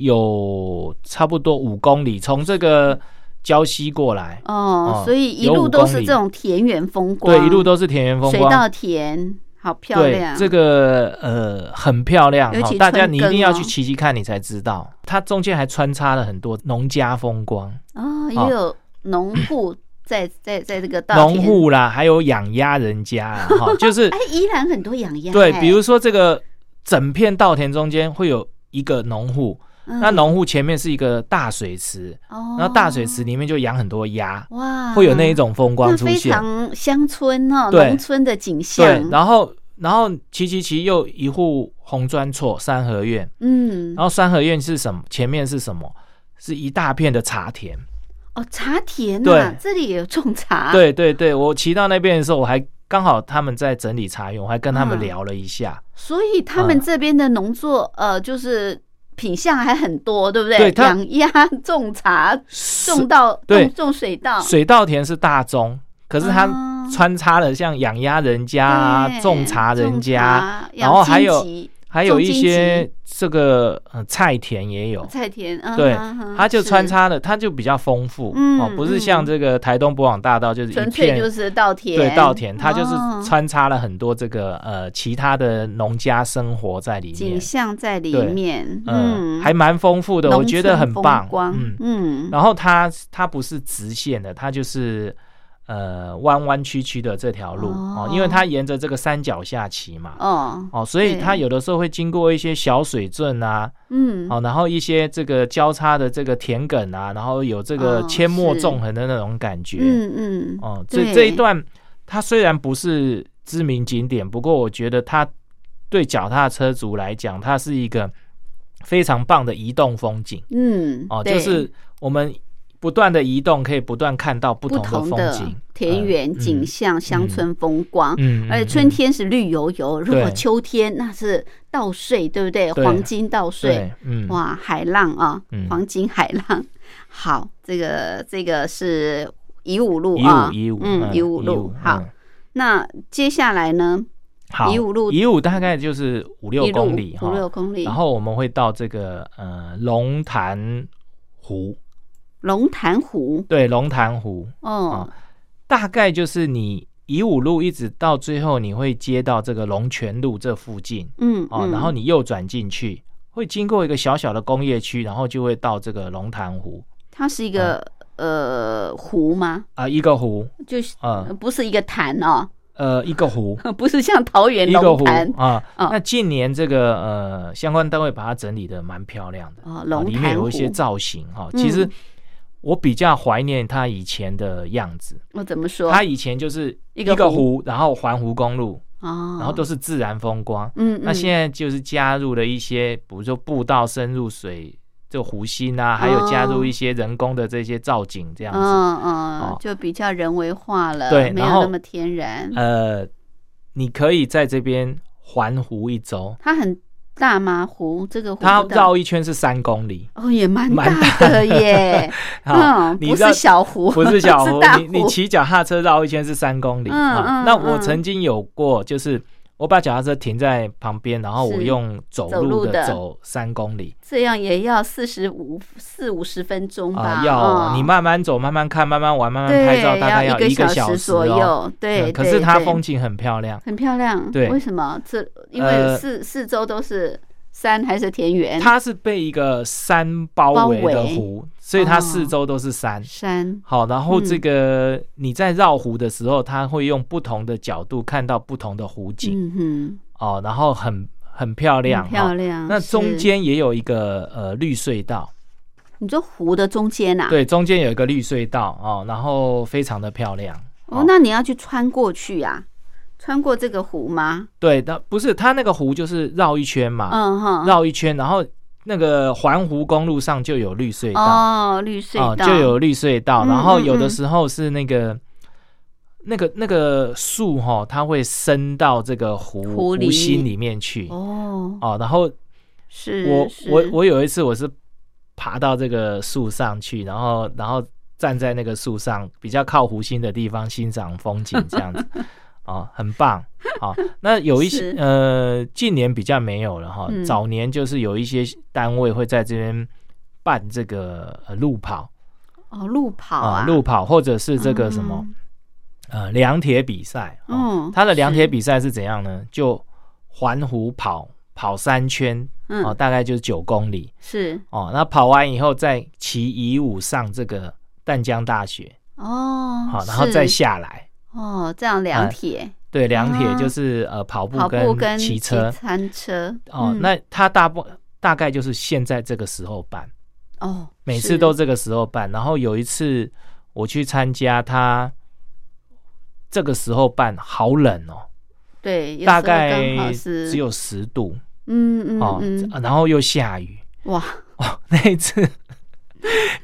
Speaker 3: 有差不多五公里，从这个礁溪过来，
Speaker 1: 哦
Speaker 3: 哦，
Speaker 1: 所以一
Speaker 3: 有
Speaker 1: 路
Speaker 3: 五
Speaker 1: 都
Speaker 3: 公
Speaker 1: 是
Speaker 3: 里
Speaker 1: 这种田园风光，
Speaker 3: 对，一路都是田园风
Speaker 1: 水稻
Speaker 3: 光。
Speaker 1: 田，好漂
Speaker 3: 对
Speaker 1: 亮，，
Speaker 3: 这个呃很漂亮
Speaker 1: 尤
Speaker 3: 哈、
Speaker 1: 其哦
Speaker 3: 大家
Speaker 1: 春
Speaker 3: 你一定
Speaker 1: 耕
Speaker 3: 要
Speaker 1: 哦
Speaker 3: 去骑骑看，你才知道。它中间还穿插了很多农家风光，
Speaker 1: 哦，
Speaker 3: 哦
Speaker 1: 也有农户在在在这个稻
Speaker 3: 农
Speaker 1: 田，
Speaker 3: 户啦，还有养鸭人家啊哈、 就是
Speaker 1: 哎，依然很多养鸭，
Speaker 3: 对，
Speaker 1: 哎
Speaker 3: 比如说这个整片稻田中间会有一个农户，那
Speaker 1: 嗯
Speaker 3: 农户前面是一个大水池，
Speaker 1: 哦，
Speaker 3: 然后大水池里面就养很多鸭，
Speaker 1: 哇，
Speaker 3: 会有那一种风
Speaker 1: 嗯
Speaker 3: 光
Speaker 1: 那
Speaker 3: 出
Speaker 1: 非
Speaker 3: 现。
Speaker 1: 常乡村哦，
Speaker 3: 对
Speaker 1: 农村的景象
Speaker 3: 对，，然后然后骑骑骑又一户红砖厝三合院，
Speaker 1: 嗯，
Speaker 3: 然后三合院是什么？前面是什么？是一大片的茶田。
Speaker 1: 哦，茶田啊
Speaker 3: 对，
Speaker 1: 这里也有种茶，，
Speaker 3: 对对对，我骑到那边的时候，我还刚好他们在整理茶园，我还跟他们
Speaker 1: 嗯
Speaker 3: 聊了一下。
Speaker 1: 所以他们
Speaker 3: 嗯
Speaker 1: 这边的农作，呃，就是。品相还很多，对不对
Speaker 3: 对？它
Speaker 1: 养鸭、种茶、种
Speaker 3: 水
Speaker 1: 稻、
Speaker 3: 对
Speaker 1: 种种水稻，
Speaker 3: 水稻田是大宗，可是它
Speaker 1: 啊
Speaker 3: 穿插了像养鸭人家啊、
Speaker 1: 对
Speaker 3: 种茶人家啊，
Speaker 1: 种茶
Speaker 3: 然后还
Speaker 1: 养
Speaker 3: 有
Speaker 1: 荆棘
Speaker 3: 还有一
Speaker 1: 种荆
Speaker 3: 些这个呃菜田也有。
Speaker 1: 菜田， 嗯
Speaker 3: 对
Speaker 1: 哼哼，
Speaker 3: 它就是穿插了，它就比较丰富
Speaker 1: 嗯
Speaker 3: 哦，不是
Speaker 1: 嗯
Speaker 3: 像这个台东博网大道就是一
Speaker 1: 纯粹
Speaker 3: 片
Speaker 1: 就是稻田，
Speaker 3: 对稻田，它就是
Speaker 1: 哦
Speaker 3: 穿插了很多这个呃其他的农家生活在里
Speaker 1: 景
Speaker 3: 面，
Speaker 1: 象在里
Speaker 3: 对
Speaker 1: 面，
Speaker 3: 嗯，
Speaker 1: 嗯，
Speaker 3: 还蛮丰富的，我
Speaker 1: 农
Speaker 3: 觉得
Speaker 1: 村
Speaker 3: 很
Speaker 1: 风
Speaker 3: 棒，
Speaker 1: 光
Speaker 3: 嗯。
Speaker 1: 嗯，
Speaker 3: 然后它它不是直线的，它就是呃弯弯曲曲的这条路
Speaker 1: 哦
Speaker 3: 哦，因为它沿着这个山脚下骑嘛。
Speaker 1: 哦，
Speaker 3: 哦，所以
Speaker 1: 对
Speaker 3: 它有的时候会经过一些小水圳啊，
Speaker 1: 嗯，
Speaker 3: 哦，然后一些这个交叉的这个田埂啊，然后有这个
Speaker 1: 哦
Speaker 3: 阡陌
Speaker 1: 是
Speaker 3: 纵横的那种感觉。
Speaker 1: 嗯嗯，
Speaker 3: 哦，
Speaker 1: 对
Speaker 3: 这这一段它虽然不是知名景点，不过我觉得它对脚踏车族来讲，它是一个非常棒的移动风景
Speaker 1: 嗯，
Speaker 3: 哦，
Speaker 1: 对
Speaker 3: 就是我们不断的移动，可以不断看到不
Speaker 1: 不
Speaker 3: 同的
Speaker 1: 同
Speaker 3: 风
Speaker 1: 的
Speaker 3: 景、嗯
Speaker 1: 田园景象、乡村风光。
Speaker 3: 嗯，嗯，嗯
Speaker 1: 而且春天是绿油油，如果
Speaker 3: 对
Speaker 1: 秋天那是稻穗，对不对？
Speaker 3: 对
Speaker 1: 黄金稻穗，
Speaker 3: 对，嗯，
Speaker 1: 哇，海浪啊，
Speaker 3: 嗯
Speaker 1: 黄金海浪。 好，这个这个是乙五路
Speaker 3: 一
Speaker 1: 啊
Speaker 3: 五，一五，
Speaker 1: 嗯，乙五路。好，
Speaker 3: 嗯
Speaker 1: 那接下来呢？
Speaker 3: 好，
Speaker 1: 一五路
Speaker 3: 一五大概就是五六
Speaker 1: 一路
Speaker 3: 公里
Speaker 1: 五
Speaker 3: 哈，
Speaker 1: 六公里，
Speaker 3: 然后我们会到这个呃龙潭湖，
Speaker 1: 龙潭湖，
Speaker 3: 对，龙潭湖，
Speaker 1: 哦，
Speaker 3: 大概就是你乙五路一直到最后，你会接到这个龙泉路这附近
Speaker 1: 嗯，
Speaker 3: 哦，
Speaker 1: 嗯
Speaker 3: 然后你右转进去，会经过一个小小的工业区，然后就会到这个龙潭湖
Speaker 1: 它是一
Speaker 3: 哦
Speaker 1: 个呃湖吗？
Speaker 3: 啊、一个湖，
Speaker 1: 就是
Speaker 3: 嗯
Speaker 1: 不是一个潭哦，
Speaker 3: 呃一个湖，
Speaker 1: 不是像桃园
Speaker 3: 一个
Speaker 1: 龙
Speaker 3: 湖
Speaker 1: 潭
Speaker 3: 啊。
Speaker 1: 哦
Speaker 3: 那近年这个呃相关单位把它整理的蛮漂亮的，
Speaker 1: 哦，
Speaker 3: 啊
Speaker 1: 龙
Speaker 3: 里面
Speaker 1: 潭湖
Speaker 3: 有一些造型哈、
Speaker 1: 嗯
Speaker 3: 其实我比较怀念它以前的样子，
Speaker 1: 我怎么说？
Speaker 3: 它以前就是
Speaker 1: 一
Speaker 3: 一
Speaker 1: 个
Speaker 3: 个
Speaker 1: 湖
Speaker 3: 湖，然后环湖公路，
Speaker 1: 哦，
Speaker 3: 然后都是自然风光。
Speaker 1: 嗯，嗯
Speaker 3: 那现在就是加入了一些，比如说步道深入水这湖心啊，还有加入一些人工的这些造景这样子。
Speaker 1: 哦嗯嗯
Speaker 3: 哦，
Speaker 1: 就比较人为化了，
Speaker 3: 对
Speaker 1: 没有
Speaker 3: 然后
Speaker 1: 那么天然。
Speaker 3: 呃，你可以在这边环湖一周，
Speaker 1: 它很大吗？湖这个湖
Speaker 3: 它
Speaker 1: 不大
Speaker 3: 绕一圈是三公里。
Speaker 1: 哦也蛮
Speaker 3: 蛮
Speaker 1: 大的 耶，
Speaker 3: 啊
Speaker 1: 嗯，
Speaker 3: 你
Speaker 1: 不是
Speaker 3: 绕
Speaker 1: 小湖，
Speaker 3: 不是小 湖
Speaker 1: 大，湖
Speaker 3: 你你骑脚踏车绕一圈是三公里
Speaker 1: 嗯
Speaker 3: 啊
Speaker 1: 嗯。
Speaker 3: 那我
Speaker 1: 嗯
Speaker 3: 曾经有过，就是我把脚踏车停在旁边，然后我
Speaker 1: 是
Speaker 3: 用走
Speaker 1: 走路
Speaker 3: 路
Speaker 1: 的
Speaker 3: 的走三公里。
Speaker 1: 这样也要四十五四五十分钟吧
Speaker 3: 啊，？要
Speaker 1: 嗯
Speaker 3: 你慢慢走，慢慢看，慢慢玩，慢慢
Speaker 1: 对
Speaker 3: 拍照，大概
Speaker 1: 要
Speaker 3: 一
Speaker 1: 个
Speaker 3: 个小
Speaker 1: 时左
Speaker 3: 哦。
Speaker 1: 右。对，
Speaker 3: 嗯可
Speaker 1: 对
Speaker 3: 是它
Speaker 1: 对
Speaker 3: 风景很漂亮。
Speaker 1: 很漂亮，
Speaker 3: 对
Speaker 1: 为什么？这因为
Speaker 3: 呃
Speaker 1: 四四周都是山还是田园？
Speaker 3: 它是被一个山包围的湖，所以它
Speaker 1: 哦
Speaker 3: 四周都是山。
Speaker 1: 山
Speaker 3: 好，然后
Speaker 1: 嗯
Speaker 3: 这个你在绕湖的时候，它会用不同的角度看到不同的湖景、
Speaker 1: 嗯哼，
Speaker 3: 哦，然后很很漂亮，
Speaker 1: 很漂
Speaker 3: 哦
Speaker 1: 亮。
Speaker 3: 那
Speaker 1: 是
Speaker 3: 中，间也有一个呃绿隧道，
Speaker 1: 你说湖的中间啊呐？
Speaker 3: 对，中间有一个绿隧道哦，然后非常的漂亮。
Speaker 1: 哦，那你要去穿过去啊，穿过这个湖吗？
Speaker 3: 对，那不是它那个湖就是绕一圈嘛，
Speaker 1: 嗯哼，
Speaker 3: 啊绕一圈，然后那个环湖公路上就有绿隧道。
Speaker 1: 哦，绿隧
Speaker 3: 哦，
Speaker 1: 道
Speaker 3: 就有绿隧道，
Speaker 1: 嗯
Speaker 3: 然后
Speaker 1: 嗯
Speaker 3: 有的
Speaker 1: 嗯
Speaker 3: 时候是那个、那个那个树哈、它会伸到这个湖
Speaker 1: 湖里
Speaker 3: 湖心里面去哦
Speaker 1: 哦，
Speaker 3: 然后
Speaker 1: 是
Speaker 3: 我
Speaker 1: 是
Speaker 3: 我我有一次我是爬到这个树上去，然后然后站在那个树上比较靠湖心的地方欣赏风景这 样子哦，很棒。好、那有一些
Speaker 1: 是
Speaker 3: 呃，近年比较没有了哈、
Speaker 1: 嗯
Speaker 3: 早年就是有一些单位会在这边办这个呃路跑，
Speaker 1: 哦路跑
Speaker 3: 啊、
Speaker 1: 啊，
Speaker 3: 路跑或者是这个什么、
Speaker 1: 嗯
Speaker 3: 呃量铁比赛。哦
Speaker 1: 嗯
Speaker 3: 它的量铁
Speaker 1: 是
Speaker 3: 比赛是怎样呢？就环湖跑跑三圈哦，
Speaker 1: 嗯
Speaker 3: 大概就是九公里
Speaker 1: 是
Speaker 3: 哦。那跑完以后再骑乙五上这个淡江大学，
Speaker 1: 哦，
Speaker 3: 好、然后
Speaker 1: 是
Speaker 3: 再下来。
Speaker 1: 哦，这样两
Speaker 3: 哎
Speaker 1: 铁
Speaker 3: 对，量铁
Speaker 1: 啊
Speaker 3: 就是、呃跑
Speaker 1: 跑步跟
Speaker 3: 跟骑车
Speaker 1: 餐车
Speaker 3: 哦。
Speaker 1: 嗯
Speaker 3: 那它大部大概就是现在这个时候办。
Speaker 1: 哦，
Speaker 3: 每
Speaker 1: 是
Speaker 3: 次都这个时候办。然后有一次我去参加他这个时候办，好冷哦，
Speaker 1: 对，有
Speaker 3: 大
Speaker 1: 时候刚
Speaker 3: 概
Speaker 1: 好是
Speaker 3: 只有十度
Speaker 1: 嗯嗯
Speaker 3: 哦、
Speaker 1: 嗯，
Speaker 3: 然后又下雨。
Speaker 1: 哇，
Speaker 3: 那一次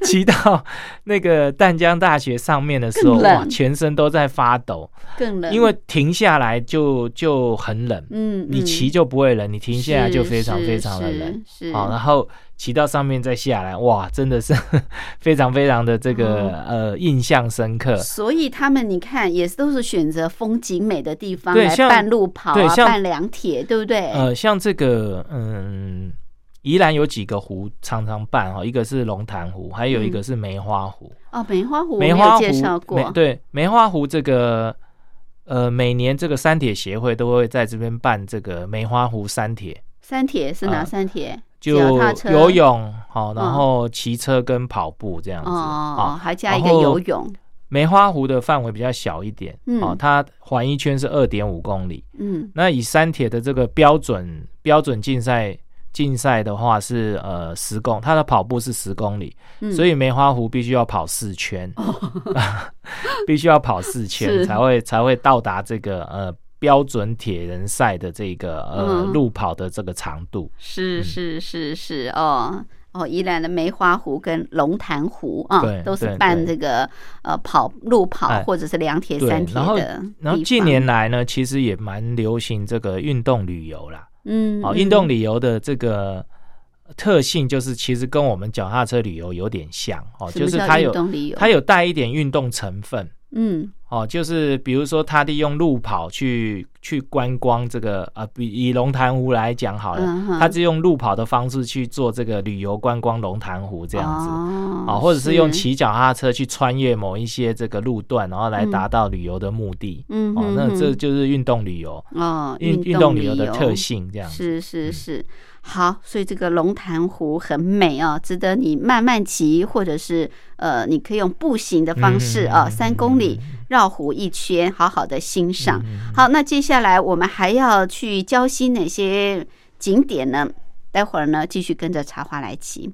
Speaker 3: 骑到那个淡江大学上面的时候，
Speaker 1: 更冷
Speaker 3: 哇，全身都在发抖，
Speaker 1: 更冷，
Speaker 3: 因为停下来就就很冷。
Speaker 1: 嗯，
Speaker 3: 你
Speaker 1: 嗯
Speaker 3: 骑就不会冷，你停下来就非常
Speaker 1: 是
Speaker 3: 非常的冷。，
Speaker 1: 是是
Speaker 3: 好，然后骑到上面再下来，哇，真的是 非常非常的这个、
Speaker 1: 嗯
Speaker 3: 呃印象深刻
Speaker 1: 是。所以他们你看也都是选择风景美的地方
Speaker 3: 对
Speaker 1: 来
Speaker 3: 像
Speaker 1: 办路跑
Speaker 3: 对
Speaker 1: 啊，
Speaker 3: 像
Speaker 1: 办凉铁，对不对？
Speaker 3: 呃，像这个嗯，宜兰有几个湖常常办哦，一个是龙潭湖，还有一
Speaker 1: 嗯
Speaker 3: 个是梅花湖。
Speaker 1: 哦，梅花湖我没
Speaker 3: 梅
Speaker 1: 有
Speaker 3: 花湖
Speaker 1: 介绍
Speaker 3: 梅
Speaker 1: 过，
Speaker 3: 对梅花湖这个呃，每年这个山铁协会都会在这边办这个梅花湖山铁。
Speaker 1: 三铁是哪
Speaker 3: 呃
Speaker 1: 三铁？
Speaker 3: 就
Speaker 1: 脚踏车
Speaker 3: 游泳好，然
Speaker 1: 嗯
Speaker 3: 后骑车跟跑步这样子啊
Speaker 1: 哦，还加一个
Speaker 3: 然后
Speaker 1: 游泳，
Speaker 3: 梅花湖的范围比较小一点，
Speaker 1: 嗯
Speaker 3: 哦，它环一圈是二点五公里。
Speaker 1: 嗯，
Speaker 3: 那以山铁的这个标准标准竞赛竞赛的话是呃十公，它的跑步是十公里，
Speaker 1: 嗯
Speaker 3: 所以梅花湖必须要跑 四圈， 必须要跑四
Speaker 1: 是
Speaker 3: 圈才会才会到达这个呃标准铁人赛的这个呃、
Speaker 1: 嗯
Speaker 3: 路跑的这个长度。
Speaker 1: 是
Speaker 3: 嗯
Speaker 1: 是是是哦。哦，宜兰的梅花湖跟龙潭湖啊
Speaker 3: 对，
Speaker 1: 都是
Speaker 3: 对
Speaker 1: 办
Speaker 3: 对
Speaker 1: 这个呃跑路跑
Speaker 3: 哎
Speaker 1: 或者是两铁、
Speaker 3: 对
Speaker 1: 三铁
Speaker 3: 然后
Speaker 1: 的
Speaker 3: 然后
Speaker 1: 地
Speaker 3: 近
Speaker 1: 方
Speaker 3: 年来呢，其实也蛮流行这个运动旅游啦。
Speaker 1: 嗯，
Speaker 3: 哦，
Speaker 1: 嗯
Speaker 3: 运动旅游的这个特性就是，其实跟我们脚踏车旅游有点像哦，
Speaker 1: 什
Speaker 3: 就
Speaker 1: 么
Speaker 3: 是
Speaker 1: 叫
Speaker 3: 它
Speaker 1: 运
Speaker 3: 有
Speaker 1: 动理由，
Speaker 3: 它有带一点运动成分
Speaker 1: 嗯
Speaker 3: 哦，就是比如说它利用路跑去去观光这个呃，比以龙潭湖来讲好了，
Speaker 1: 嗯哼
Speaker 3: 它是用路跑的方式去做这个旅游观光龙潭湖这样子。
Speaker 1: 哦
Speaker 3: 啊，或者是用，骑脚踏车去穿越某一些这个路段，然后来达到旅游的目的。
Speaker 1: 嗯
Speaker 3: 哦
Speaker 1: 哼，
Speaker 3: 那这
Speaker 1: 哼
Speaker 3: 就是运动旅游，
Speaker 1: 哦
Speaker 3: 运
Speaker 1: 运
Speaker 3: 动
Speaker 1: 旅
Speaker 3: 旅游的特性这样子。嗯
Speaker 1: 是是是，好，所以这个龙潭湖很美哦，值得你慢慢骑，或者是呃，你可以用步行的方式
Speaker 3: 嗯
Speaker 1: 啊、
Speaker 3: 嗯嗯
Speaker 1: 三公里绕湖一圈，好好的欣赏。好，那接下来我们还要去交心哪些景点呢？待会儿呢，继续跟着茶花来骑。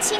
Speaker 6: 亲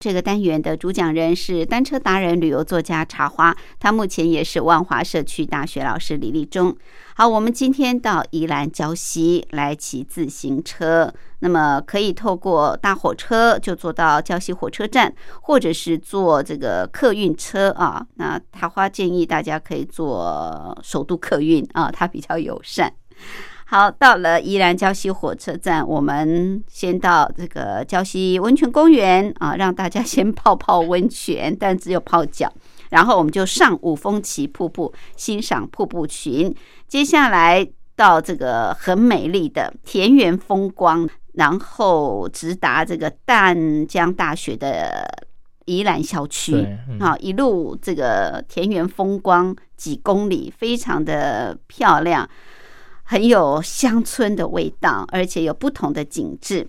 Speaker 1: 这个单元的主讲人是单车达人、旅游作家茶花，他目前也是万华社区大学老师李立忠。好，我们今天到宜兰礁溪来骑自行车，那么可以透过大火车就坐到礁溪火车站，或者是坐这个客运车啊。那茶花建议大家可以坐首都客运啊，它比较友善。好，到了宜兰礁溪火车站，我们先到这个礁溪温泉公园啊， 让大家先泡泡温泉，但只有泡脚。然后我们就上五峰旗瀑布，欣赏瀑布群。接下来到这个很美丽的田园风光，然后直达这个淡江大学的宜兰校区。
Speaker 3: 对，嗯
Speaker 1: 好，一路这个田园风光几公里，非常的漂亮，很有乡村的味道，而且有不同的景致。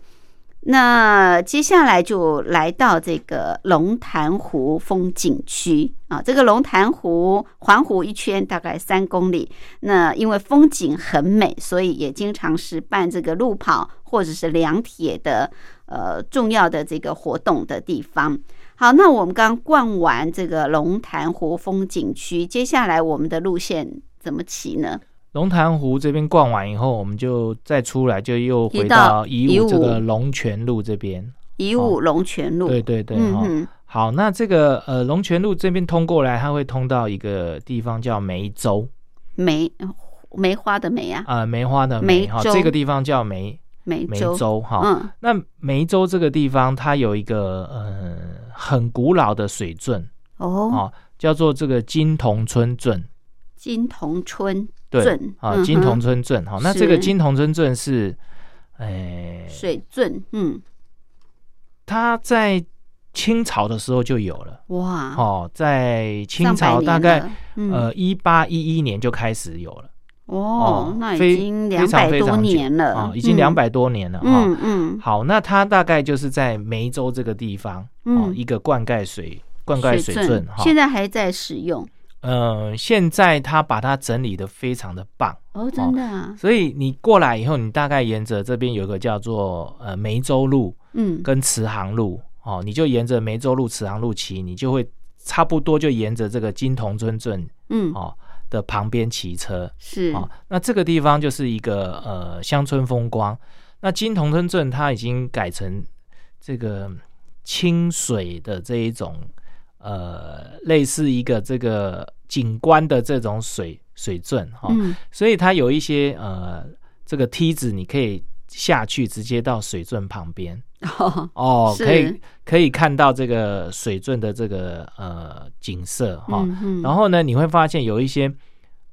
Speaker 1: 那接下来就来到这个龙潭湖风景区啊，这个龙潭湖环湖一圈大概三公里。那因为风景很美，所以也经常是办这个路跑或者是两铁的呃重要的这个活动的地方。好，那我们刚逛完这个龙潭湖风景区，接下来我们的路线怎么骑呢？
Speaker 3: 龙潭湖这边逛完以后，我们就再出来，就又回
Speaker 1: 回到
Speaker 3: 到宜
Speaker 1: 宜
Speaker 3: 武这
Speaker 1: 武
Speaker 3: 个龙泉路这边。
Speaker 1: 以武龙泉路，
Speaker 3: 哦对对对，哦
Speaker 1: 嗯
Speaker 3: 哈、
Speaker 1: 哼，
Speaker 3: 好，那这个呃龙泉路这边通过来，它会通到一个地方叫梅州，
Speaker 1: 梅梅花的梅啊，
Speaker 3: 啊，梅花的
Speaker 1: 梅
Speaker 3: 梅哈，
Speaker 1: 州
Speaker 3: 这个地方叫梅
Speaker 1: 梅
Speaker 3: 梅
Speaker 1: 州，
Speaker 3: 州哦哈。
Speaker 1: 嗯，
Speaker 3: 那梅州这个地方，它有一个呃很古老的水圳
Speaker 1: 哦，
Speaker 3: 哦，叫做这个金铜村圳。
Speaker 1: 金铜村
Speaker 3: 对
Speaker 1: 圳嗯
Speaker 3: 啊，
Speaker 1: 哼
Speaker 3: 金铜村镇好，那这
Speaker 1: 是
Speaker 3: 个金铜村镇是，哎，
Speaker 1: 水圳，嗯，
Speaker 3: 它在清朝的时候就有了
Speaker 1: 哇，
Speaker 3: 哦，在清
Speaker 1: 啊上百
Speaker 3: 朝
Speaker 1: 年
Speaker 3: 大概
Speaker 1: 了，嗯，
Speaker 3: 呃一八一一年就开始有了
Speaker 1: 哦，那已
Speaker 3: 非
Speaker 1: 经
Speaker 3: 非
Speaker 1: 两
Speaker 3: 常
Speaker 1: 百
Speaker 3: 非
Speaker 1: 多
Speaker 3: 常久
Speaker 1: 年
Speaker 3: 啊
Speaker 1: 了，，
Speaker 3: 已经
Speaker 1: 嗯
Speaker 3: 两，百多年了哈。
Speaker 1: 嗯嗯
Speaker 3: 好，那它大概就是在梅州这个地方哦，
Speaker 1: 嗯
Speaker 3: 一个灌溉水灌溉水
Speaker 1: 圳
Speaker 3: 圳哈。
Speaker 1: 现在还在使用，
Speaker 3: 嗯，现在它把它整理的非常的棒。
Speaker 1: 哦，真的啊，
Speaker 3: 所以你过来以后，你大概沿着这边有一个叫做呃梅州路，
Speaker 1: 嗯，
Speaker 3: 跟慈航路哦，你就沿着梅州路、慈航路骑，你就会差不多就沿着这个金铜村镇
Speaker 1: 嗯，
Speaker 3: 哦的旁边骑车
Speaker 1: 是，
Speaker 3: 哦。那这个地方就是一个呃乡村风光。那金铜村镇它已经改成这个清水的这一种呃类似一个这个景观的这种水水镇哈、哦
Speaker 1: 嗯，
Speaker 3: 所以它有一些呃这个梯子你可以下去直接到水镇旁边。
Speaker 1: 哦，
Speaker 3: 哦，
Speaker 1: 是
Speaker 3: 可以可以看到这个水圳的这个呃景色哈、
Speaker 1: 嗯哼
Speaker 3: 然后呢，你会发现有一些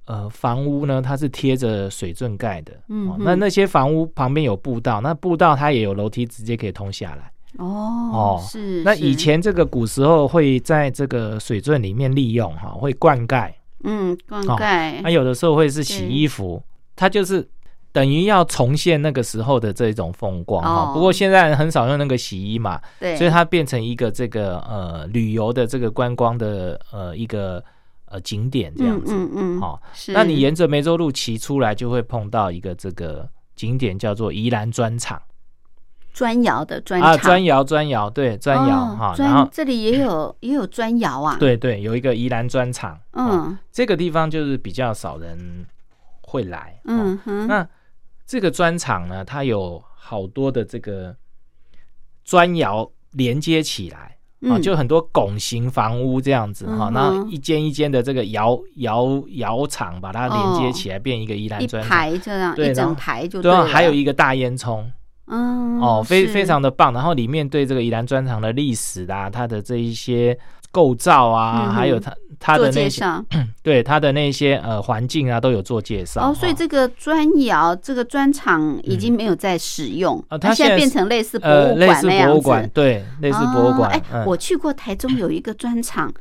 Speaker 3: 呃房屋呢，它是贴着水圳盖的，
Speaker 1: 嗯
Speaker 3: 哦
Speaker 1: 哼
Speaker 3: 那那些房屋旁边有步道，那步道它也有楼梯直接可以通下来。
Speaker 1: 哦
Speaker 3: 哦
Speaker 1: 是。
Speaker 3: 那
Speaker 1: 是
Speaker 3: 以前这个古时候会在这个水圳里面利用哈、会灌溉，
Speaker 1: 嗯，灌
Speaker 3: 哦
Speaker 1: 溉、
Speaker 3: 那、有的时候会是洗
Speaker 1: 对
Speaker 3: 衣服，它就是。等于要重现那个时候的这种风光
Speaker 1: 哦
Speaker 3: 哈、不过现在人很少用那个洗衣嘛，
Speaker 1: 对，
Speaker 3: 所以它变成一个这个呃旅游的这个观光的呃一个呃景点这样子。
Speaker 1: 嗯嗯嗯，
Speaker 3: 好、
Speaker 1: 是。
Speaker 3: 那你沿着梅州路骑出来，就会碰到一个这个景点叫做宜兰砖厂
Speaker 1: 砖窑的砖
Speaker 3: 啊，
Speaker 1: 厂
Speaker 3: 砖窑砖窑对砖窑
Speaker 1: 哦
Speaker 3: 哈、然
Speaker 1: 砖
Speaker 3: 后
Speaker 1: 这里也 有也有砖窑啊，，
Speaker 3: 对对有一个宜兰砖厂，啊
Speaker 1: 嗯
Speaker 3: 这个地方就是比较少人会来，
Speaker 1: 嗯
Speaker 3: 哦
Speaker 1: 哼，
Speaker 3: 那这个砖厂呢，它有好多的这个砖窑连接起来。啊，
Speaker 1: 嗯
Speaker 3: 就很多拱形房屋这样子哈
Speaker 1: 嗯哼，
Speaker 3: 那、一间一间的这个窑窑窑厂把它连接起来，变哦一个宜兰
Speaker 1: 一
Speaker 3: 砖厂。
Speaker 1: 排这样
Speaker 3: 对
Speaker 1: 一
Speaker 3: 然后
Speaker 1: 整排就
Speaker 3: 对
Speaker 1: 了
Speaker 3: 啊，还有一个大烟囱
Speaker 1: 嗯
Speaker 3: 哦，非
Speaker 1: 是
Speaker 3: 非常的棒。然后里面对这个宜兰砖厂的历史啦、它的这一些构造
Speaker 1: 嗯
Speaker 3: 啊，
Speaker 1: 哼
Speaker 3: 还有它它
Speaker 1: 做
Speaker 3: 的
Speaker 1: 介
Speaker 3: 那些
Speaker 1: 绍
Speaker 3: 对它的那些呃环境啊，都有做介绍。
Speaker 1: 哦，所以
Speaker 3: 哈
Speaker 1: 这个砖窑这个砖厂已经没有在使用，
Speaker 3: 啊
Speaker 1: 它
Speaker 3: 它
Speaker 1: 现
Speaker 3: 现
Speaker 1: 在
Speaker 3: 在
Speaker 1: 变
Speaker 3: 是
Speaker 1: 成类似博
Speaker 3: 呃
Speaker 1: 物
Speaker 3: 类
Speaker 1: 馆
Speaker 3: 似
Speaker 1: 那
Speaker 3: 博
Speaker 1: 样
Speaker 3: 物馆，
Speaker 1: 子，
Speaker 3: 对，类似博物
Speaker 1: 哦
Speaker 3: 馆。
Speaker 1: 哎、
Speaker 3: 嗯
Speaker 1: 我去过台中有一个砖厂，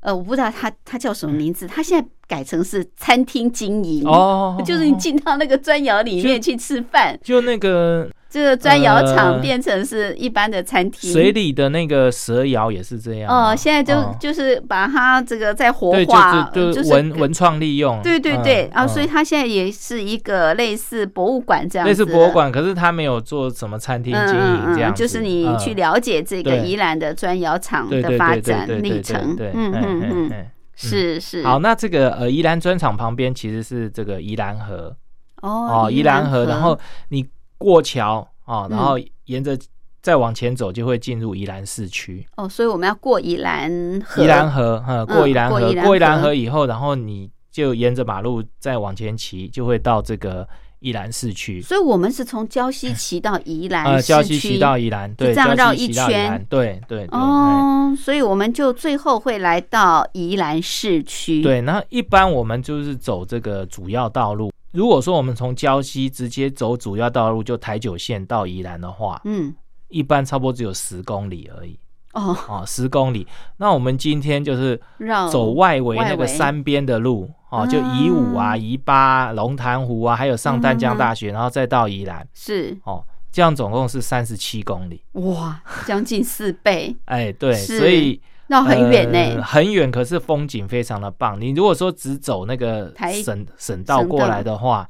Speaker 1: 呃，我不知道它它叫什么名字，它现在改成是餐厅经营。
Speaker 3: 哦，
Speaker 1: 就是你进到那个砖窑里面去吃饭，
Speaker 3: 就那个
Speaker 1: 这个砖窑厂
Speaker 3: 呃
Speaker 1: 变成是一般的餐厅。
Speaker 3: 水里的那个蛇窑也是这样啊。
Speaker 1: 哦，现在就
Speaker 3: 哦
Speaker 1: 就是把它这个再活
Speaker 3: 对，
Speaker 1: 化，
Speaker 3: 就就
Speaker 1: 就是
Speaker 3: 就文文创利用。
Speaker 1: 对对对
Speaker 3: 嗯
Speaker 1: 啊，所以
Speaker 3: 嗯
Speaker 1: 它现在也是一个类似博物馆这样子
Speaker 3: 类
Speaker 1: 的，
Speaker 3: 似博物馆，可是他没有做什么餐厅经营这样
Speaker 1: 嗯
Speaker 3: 子。
Speaker 1: 就是你
Speaker 3: 嗯
Speaker 1: 去了解这个
Speaker 3: 对
Speaker 1: 宜兰的砖窑厂
Speaker 3: 对
Speaker 1: 的
Speaker 3: 对
Speaker 1: 发
Speaker 3: 对对
Speaker 1: 展
Speaker 3: 嗯对对
Speaker 1: 历
Speaker 3: 对
Speaker 1: 程，
Speaker 3: 对，
Speaker 1: 嗯嗯
Speaker 3: 嗯
Speaker 1: 嗯，
Speaker 3: 嗯。
Speaker 1: 是是，
Speaker 3: 好，那这个呃宜兰砖厂旁边其实是这个宜兰河
Speaker 1: 哦，
Speaker 3: 宜兰河，然后你过桥
Speaker 1: 嗯
Speaker 3: 哦，然后沿着再往前走就会进入宜兰市区。
Speaker 1: 哦，所以我们要过宜兰河，嗯
Speaker 3: 宜兰河，呃，过宜兰
Speaker 1: 过
Speaker 3: 河
Speaker 1: 宜，兰
Speaker 3: 过宜兰
Speaker 1: 河
Speaker 3: 河以后，然后你就沿着马路再往前骑，就会到这个宜兰市区。
Speaker 1: 所以我们是从礁溪骑到宜兰
Speaker 3: 呃，
Speaker 1: 市
Speaker 3: 礁溪骑
Speaker 1: 区。
Speaker 3: 到宜兰，对，
Speaker 1: 这样
Speaker 3: 礁溪
Speaker 1: 绕一
Speaker 3: 骑到宜
Speaker 1: 圈
Speaker 3: 兰对对对。哎
Speaker 1: 哦，所以我们就最后会来到宜兰市区。，
Speaker 3: 对，那一般我们就是走这个主要道路。如果说我们从礁溪直接走主要道路，就台九线到宜兰的话，
Speaker 1: 嗯，
Speaker 3: 一般差不多只有十公里而已
Speaker 1: 哦，
Speaker 3: 啊，十公里。那我们今天就是
Speaker 1: 绕
Speaker 3: 走外围
Speaker 1: 嗯外
Speaker 3: 那个
Speaker 1: 围
Speaker 3: 山边的路哦，就宜武啊、
Speaker 1: 啊
Speaker 3: 宜八、龙潭湖啊，还有上丹
Speaker 1: 嗯嗯嗯
Speaker 3: 江大学，然后再到宜兰
Speaker 1: 是
Speaker 3: 哦，这样总共是三十七公里。
Speaker 1: 哇，将近四倍，
Speaker 3: 哎，对，
Speaker 1: 是
Speaker 3: 所以
Speaker 1: 绕哦很远呢、
Speaker 3: 呃很远，可是风景非常的棒。你如果说只走那个
Speaker 1: 台
Speaker 3: 省省道过来的话，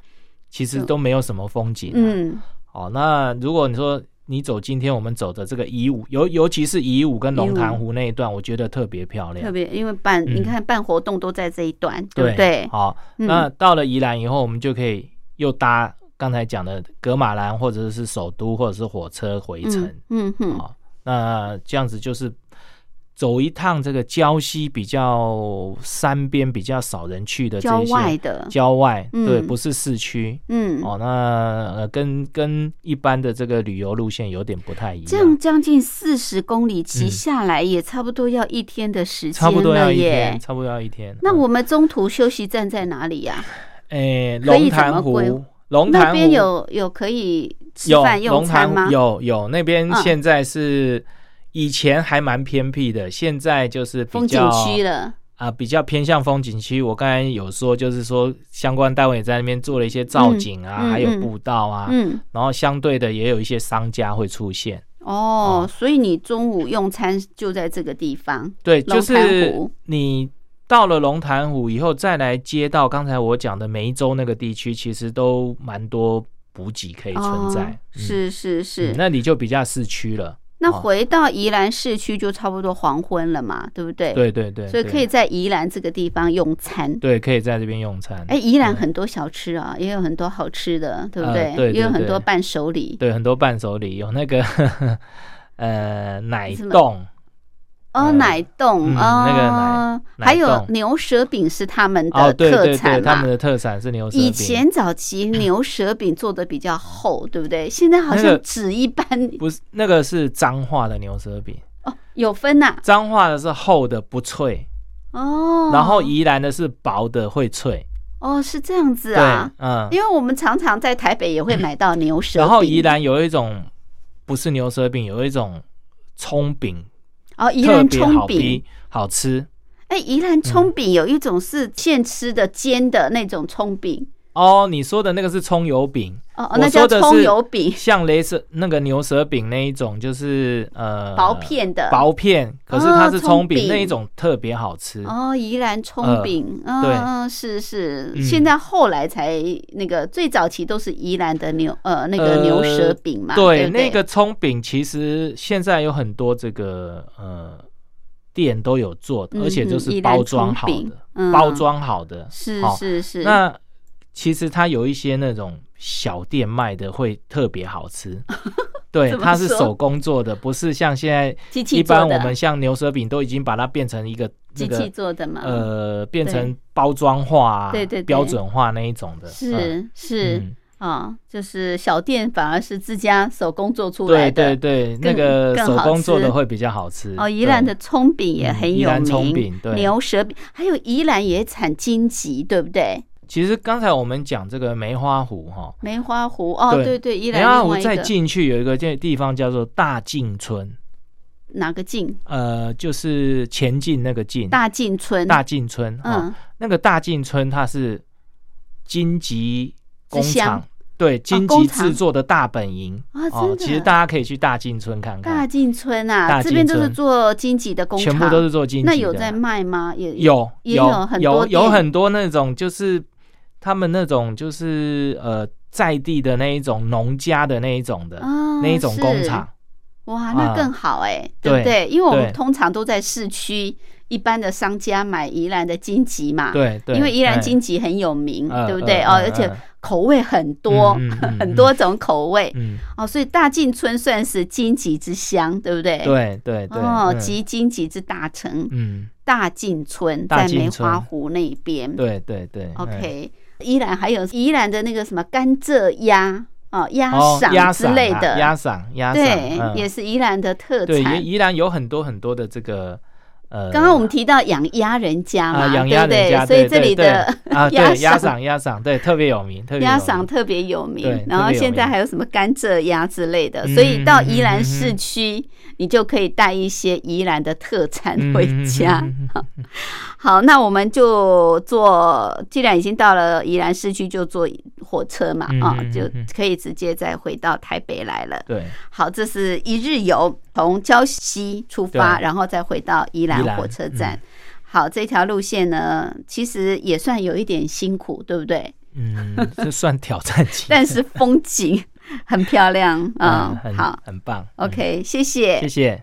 Speaker 3: 其实都没有什么风景、嗯，
Speaker 1: 嗯，
Speaker 3: 哦，那如果你说你走今天我们走的这个宜武，尤尤其是宜武跟龙潭湖那一段，我觉得特别漂
Speaker 1: 特
Speaker 3: 亮。
Speaker 1: 别因为办、
Speaker 3: 嗯
Speaker 1: 你看办活动都在这一段，对不对？
Speaker 3: 好、
Speaker 1: 嗯
Speaker 3: 哦那到了宜兰以后，我们就可以又搭刚才讲的格马兰或者是首都或者是火车回程。
Speaker 1: 嗯嗯哼，
Speaker 3: 啊、那这样子就是走一趟这个礁溪比较山边比较少人去的这
Speaker 1: 郊
Speaker 3: 些
Speaker 1: 外的，
Speaker 3: 郊外
Speaker 1: 嗯
Speaker 3: 对，不是市区。
Speaker 1: 嗯，
Speaker 3: 哦，那呃，跟跟一般的这个旅游路线有点不太一
Speaker 1: 这样
Speaker 3: 样，
Speaker 1: 将近四十公里骑
Speaker 3: 嗯
Speaker 1: 下来，也差不多要一天的时间
Speaker 3: 差不多要
Speaker 1: 了
Speaker 3: 一
Speaker 1: 耶
Speaker 3: 天，。差不多要一天。
Speaker 1: 那
Speaker 3: 嗯
Speaker 1: 我们中途休息站在哪里呀、
Speaker 3: 诶，
Speaker 1: 可以
Speaker 3: 龙
Speaker 1: 怎么
Speaker 3: 潭
Speaker 1: 规
Speaker 3: 湖，龙
Speaker 1: 那
Speaker 3: 潭
Speaker 1: 边
Speaker 3: 湖
Speaker 1: 有有可以吃
Speaker 3: 有
Speaker 1: 饭用
Speaker 3: 龙
Speaker 1: 餐
Speaker 3: 潭
Speaker 1: 吗？
Speaker 3: 湖有有那边
Speaker 1: 嗯
Speaker 3: 现在是以前还蛮偏僻的，现在就是比
Speaker 1: 风景
Speaker 3: 较
Speaker 1: 区了，
Speaker 3: 啊，比较偏向风景区。我刚才有说，就是说相关单位也在那边做了一些造景啊，
Speaker 1: 嗯嗯
Speaker 3: 还有
Speaker 1: 嗯
Speaker 3: 步道啊，
Speaker 1: 嗯，
Speaker 3: 然后相对的也有一些商家会出现。
Speaker 1: 哦，所以你中午用餐就在这个地方，
Speaker 3: 对，
Speaker 1: 龙
Speaker 3: 就
Speaker 1: 潭
Speaker 3: 是
Speaker 1: 湖
Speaker 3: 你到了龙潭湖以后，再来接到刚才我讲的梅州那个地区，其实都蛮多补给可以存在。
Speaker 1: 哦
Speaker 3: 嗯、
Speaker 1: 是是是。
Speaker 3: 嗯那你就比较市区了。
Speaker 1: 那
Speaker 3: 哦
Speaker 1: 回到宜兰市区就差不多黄昏了嘛，对不对？，
Speaker 3: 对对对，
Speaker 1: 所以可以
Speaker 3: 对
Speaker 1: 在宜兰这个地方用餐。
Speaker 3: 对，可以在这边用餐。
Speaker 1: 哎，宜兰
Speaker 3: 嗯
Speaker 1: 很多小吃啊，也有很多好吃的，对不
Speaker 3: 呃
Speaker 1: 对？
Speaker 3: 对对
Speaker 1: 也有很多
Speaker 3: 对
Speaker 1: 伴手礼。
Speaker 3: 对，很多伴手礼有那个 呃奶
Speaker 1: 什么
Speaker 3: 冻。
Speaker 1: 哦，
Speaker 3: 呃
Speaker 1: 奶冻
Speaker 3: 嗯
Speaker 1: 哦，
Speaker 3: 那个奶奶
Speaker 1: 还有
Speaker 3: 冻
Speaker 1: 牛舌饼是他们
Speaker 3: 哦，
Speaker 1: 的
Speaker 3: 对
Speaker 1: 特
Speaker 3: 对
Speaker 1: 产
Speaker 3: 对，
Speaker 1: 嘛。
Speaker 3: 他们的特产是牛舌饼。
Speaker 1: 以前早 期牛舌饼做的比较厚，对不对？现在好
Speaker 3: 那
Speaker 1: 像
Speaker 3: 个
Speaker 1: 纸一般
Speaker 3: 不是那个是彰化的牛舌饼，
Speaker 1: 哦，有分呐、
Speaker 3: 彰化的是厚的不脆，
Speaker 1: 哦，
Speaker 3: 然后宜兰的是薄的会脆。
Speaker 1: 哦是这样子
Speaker 3: 对
Speaker 1: 啊，，
Speaker 3: 嗯。
Speaker 1: 因为我们常常在台北也会买到牛舌饼，
Speaker 3: 然后宜兰有一种不是牛舌饼，有一种葱饼，
Speaker 1: 哦宜
Speaker 3: 特
Speaker 1: 兰
Speaker 3: 别
Speaker 1: 葱
Speaker 3: 好
Speaker 1: 饼
Speaker 3: 逼，，好吃。
Speaker 1: 哎，宜
Speaker 3: 嗯
Speaker 1: 兰葱饼有一种是现吃的煎的那种葱饼，
Speaker 3: 哦，你说的那个是葱油饼，
Speaker 1: 哦哦
Speaker 3: 我
Speaker 1: 那叫
Speaker 3: 说的
Speaker 1: 葱
Speaker 3: 是
Speaker 1: 油饼，
Speaker 3: 像雷蛇那个牛舌饼那一种，就是呃
Speaker 1: 薄片的
Speaker 3: 薄片，可是它
Speaker 1: 哦
Speaker 3: 是
Speaker 1: 葱
Speaker 3: 葱饼
Speaker 1: 饼
Speaker 3: 那一种特别好吃。
Speaker 1: 哦，宜兰葱
Speaker 3: 呃
Speaker 1: 饼，
Speaker 3: 对
Speaker 1: 嗯嗯，是是，
Speaker 3: 嗯
Speaker 1: 现在后来才那个最早期都是宜兰的牛呃那个牛舌饼嘛，对
Speaker 3: 对，
Speaker 1: 不
Speaker 3: 那个葱饼其实现在有很多这个呃店都有做的，
Speaker 1: 嗯
Speaker 3: 而且就
Speaker 1: 嗯
Speaker 3: 是
Speaker 1: 宜兰
Speaker 3: 包装
Speaker 1: 葱
Speaker 3: 好
Speaker 1: 饼
Speaker 3: 的，
Speaker 1: 嗯
Speaker 3: 包装好的。
Speaker 1: 是
Speaker 3: 好
Speaker 1: 是是，
Speaker 3: 那其实它有一些那种小店卖的会特别好 吃，对，
Speaker 1: 怎么
Speaker 3: 它是
Speaker 1: 说
Speaker 3: 手工做的，不是像现在
Speaker 1: 机器
Speaker 3: 一般
Speaker 1: 做
Speaker 3: 我
Speaker 1: 的
Speaker 3: 们像牛舌饼都已经把它变成一个
Speaker 1: 机
Speaker 3: 那
Speaker 1: 器
Speaker 3: 个
Speaker 1: 做的嘛，
Speaker 3: 呃变成包装化、啊、
Speaker 1: 对对对
Speaker 3: 标准化那一种的，嗯
Speaker 1: 是是
Speaker 3: 嗯
Speaker 1: 啊，就是小店反而是自家手工做出来
Speaker 3: 对
Speaker 1: 的，
Speaker 3: 对对，那
Speaker 1: 更
Speaker 3: 个
Speaker 1: 更
Speaker 3: 手
Speaker 1: 好
Speaker 3: 工做
Speaker 1: 吃
Speaker 3: 的会比较好吃。
Speaker 1: 哦，宜
Speaker 3: 对
Speaker 1: 兰的葱饼也
Speaker 3: 嗯
Speaker 1: 很
Speaker 3: 宜
Speaker 1: 有
Speaker 3: 兰葱
Speaker 1: 名
Speaker 3: 饼，对
Speaker 1: 牛舌饼，还有宜兰也产荆棘，对不对？
Speaker 3: 其实刚才我们讲这个梅花湖哈，
Speaker 1: 梅花湖哦，
Speaker 3: 对哎
Speaker 1: 对对，宜
Speaker 3: 梅
Speaker 1: 兰
Speaker 3: 花
Speaker 1: 另
Speaker 3: 湖
Speaker 1: 外一
Speaker 3: 再
Speaker 1: 个
Speaker 3: 进去有一个地地方叫做大进村，
Speaker 1: 哪个进？
Speaker 3: 呃，就是前进那个进
Speaker 1: 大进村，
Speaker 3: 大进村哈、哦
Speaker 1: 嗯
Speaker 3: 那个大进村它是荆棘工
Speaker 1: 之乡哦
Speaker 3: 厂对荆
Speaker 1: 工
Speaker 3: 棘
Speaker 1: 厂
Speaker 3: 制作的大本营哦
Speaker 1: 啊真的
Speaker 3: 其实大家可以去大进村看
Speaker 1: 大
Speaker 3: 看，
Speaker 1: 进村啊，
Speaker 3: 大
Speaker 1: 这
Speaker 3: 进
Speaker 1: 边都是
Speaker 3: 村
Speaker 1: 做荆棘的工厂，
Speaker 3: 全部都是做荆棘的。
Speaker 1: 那有在卖吗？也
Speaker 3: 有
Speaker 1: 也有
Speaker 3: 有
Speaker 1: 很多
Speaker 3: 有有
Speaker 1: 店
Speaker 3: 很多那种就是他们那种就是呃在地的那一种农家的那一种的、
Speaker 1: 啊
Speaker 3: 那一种工
Speaker 1: 是
Speaker 3: 厂，
Speaker 1: 哇，那
Speaker 3: 啊
Speaker 1: 更好哎、对不
Speaker 3: 对
Speaker 1: 对？因为我们
Speaker 3: 对
Speaker 1: 通常都在市区一般的商家买宜兰的荆棘嘛，，
Speaker 3: 对对，
Speaker 1: 因为宜兰
Speaker 3: 哎
Speaker 1: 荆棘很有名，
Speaker 3: 嗯
Speaker 1: 对不对？
Speaker 3: 嗯
Speaker 1: 哦，
Speaker 3: 嗯
Speaker 1: 而且
Speaker 3: 嗯
Speaker 1: 口味很多，
Speaker 3: 嗯嗯嗯
Speaker 1: 很多种口味、
Speaker 3: 嗯
Speaker 1: 哦，所以大进村算是荆棘之乡，对不对？。
Speaker 3: 对对对
Speaker 1: 哦，
Speaker 3: 嗯
Speaker 1: 集荆棘之大成，
Speaker 3: 嗯
Speaker 1: 大进村
Speaker 3: 大
Speaker 1: 在
Speaker 3: 进
Speaker 1: 梅
Speaker 3: 村
Speaker 1: 花湖那边。
Speaker 3: 对对对嗯
Speaker 1: OK，宜兰还有宜兰的那个什么甘蔗鸭哦，鸭
Speaker 3: 哦
Speaker 1: 嗓
Speaker 3: 鸭
Speaker 1: 之类
Speaker 3: 啊
Speaker 1: 的，
Speaker 3: 鸭嗓鸭嗓
Speaker 1: 对，
Speaker 3: 嗯
Speaker 1: 也是宜兰的特
Speaker 3: 对
Speaker 1: 产
Speaker 3: 宜。宜兰有很多很多的这个呃，
Speaker 1: 刚刚我们提到养鸭人家嘛，
Speaker 3: 啊养鸭人家，
Speaker 1: 对不对？所以
Speaker 3: 对
Speaker 1: 这
Speaker 3: 对
Speaker 1: 里
Speaker 3: 对
Speaker 1: 的
Speaker 3: 啊
Speaker 1: 鸭
Speaker 3: 对鸭
Speaker 1: 嗓
Speaker 3: 嗓鸭嗓对特别有名，特别
Speaker 1: 鸭
Speaker 3: 有名
Speaker 1: 嗓特别有名
Speaker 3: 对，
Speaker 1: 然后
Speaker 3: 特别有
Speaker 1: 现在
Speaker 3: 名
Speaker 1: 还有什么甘蔗鸭之类的，
Speaker 3: 嗯
Speaker 1: 所以到宜
Speaker 3: 嗯
Speaker 1: 兰
Speaker 3: 嗯
Speaker 1: 市
Speaker 3: 嗯
Speaker 1: 区，你就可以带一些宜兰的特产
Speaker 3: 嗯
Speaker 1: 回
Speaker 3: 嗯嗯
Speaker 1: 家。
Speaker 3: 嗯嗯嗯
Speaker 1: 好，那我们就坐，既然已经到了宜兰市区，就坐火车嘛，
Speaker 3: 嗯
Speaker 1: 啊、
Speaker 3: 嗯嗯
Speaker 1: 就
Speaker 3: 嗯
Speaker 1: 可以直接再回到台北来了。
Speaker 3: 对，
Speaker 1: 好，这是一日游，从礁溪出发，
Speaker 3: 对
Speaker 1: 然后再回到宜兰
Speaker 3: 宜兰嗯
Speaker 1: 火车站。好，这条路线呢，其实也算有一点辛苦，对不对？
Speaker 3: 嗯，这算挑战性，
Speaker 1: 但是风景很漂亮，
Speaker 3: 嗯
Speaker 1: 嗯，
Speaker 3: 很
Speaker 1: 好
Speaker 3: 很棒嗯
Speaker 1: ，OK，谢谢
Speaker 3: 谢。谢。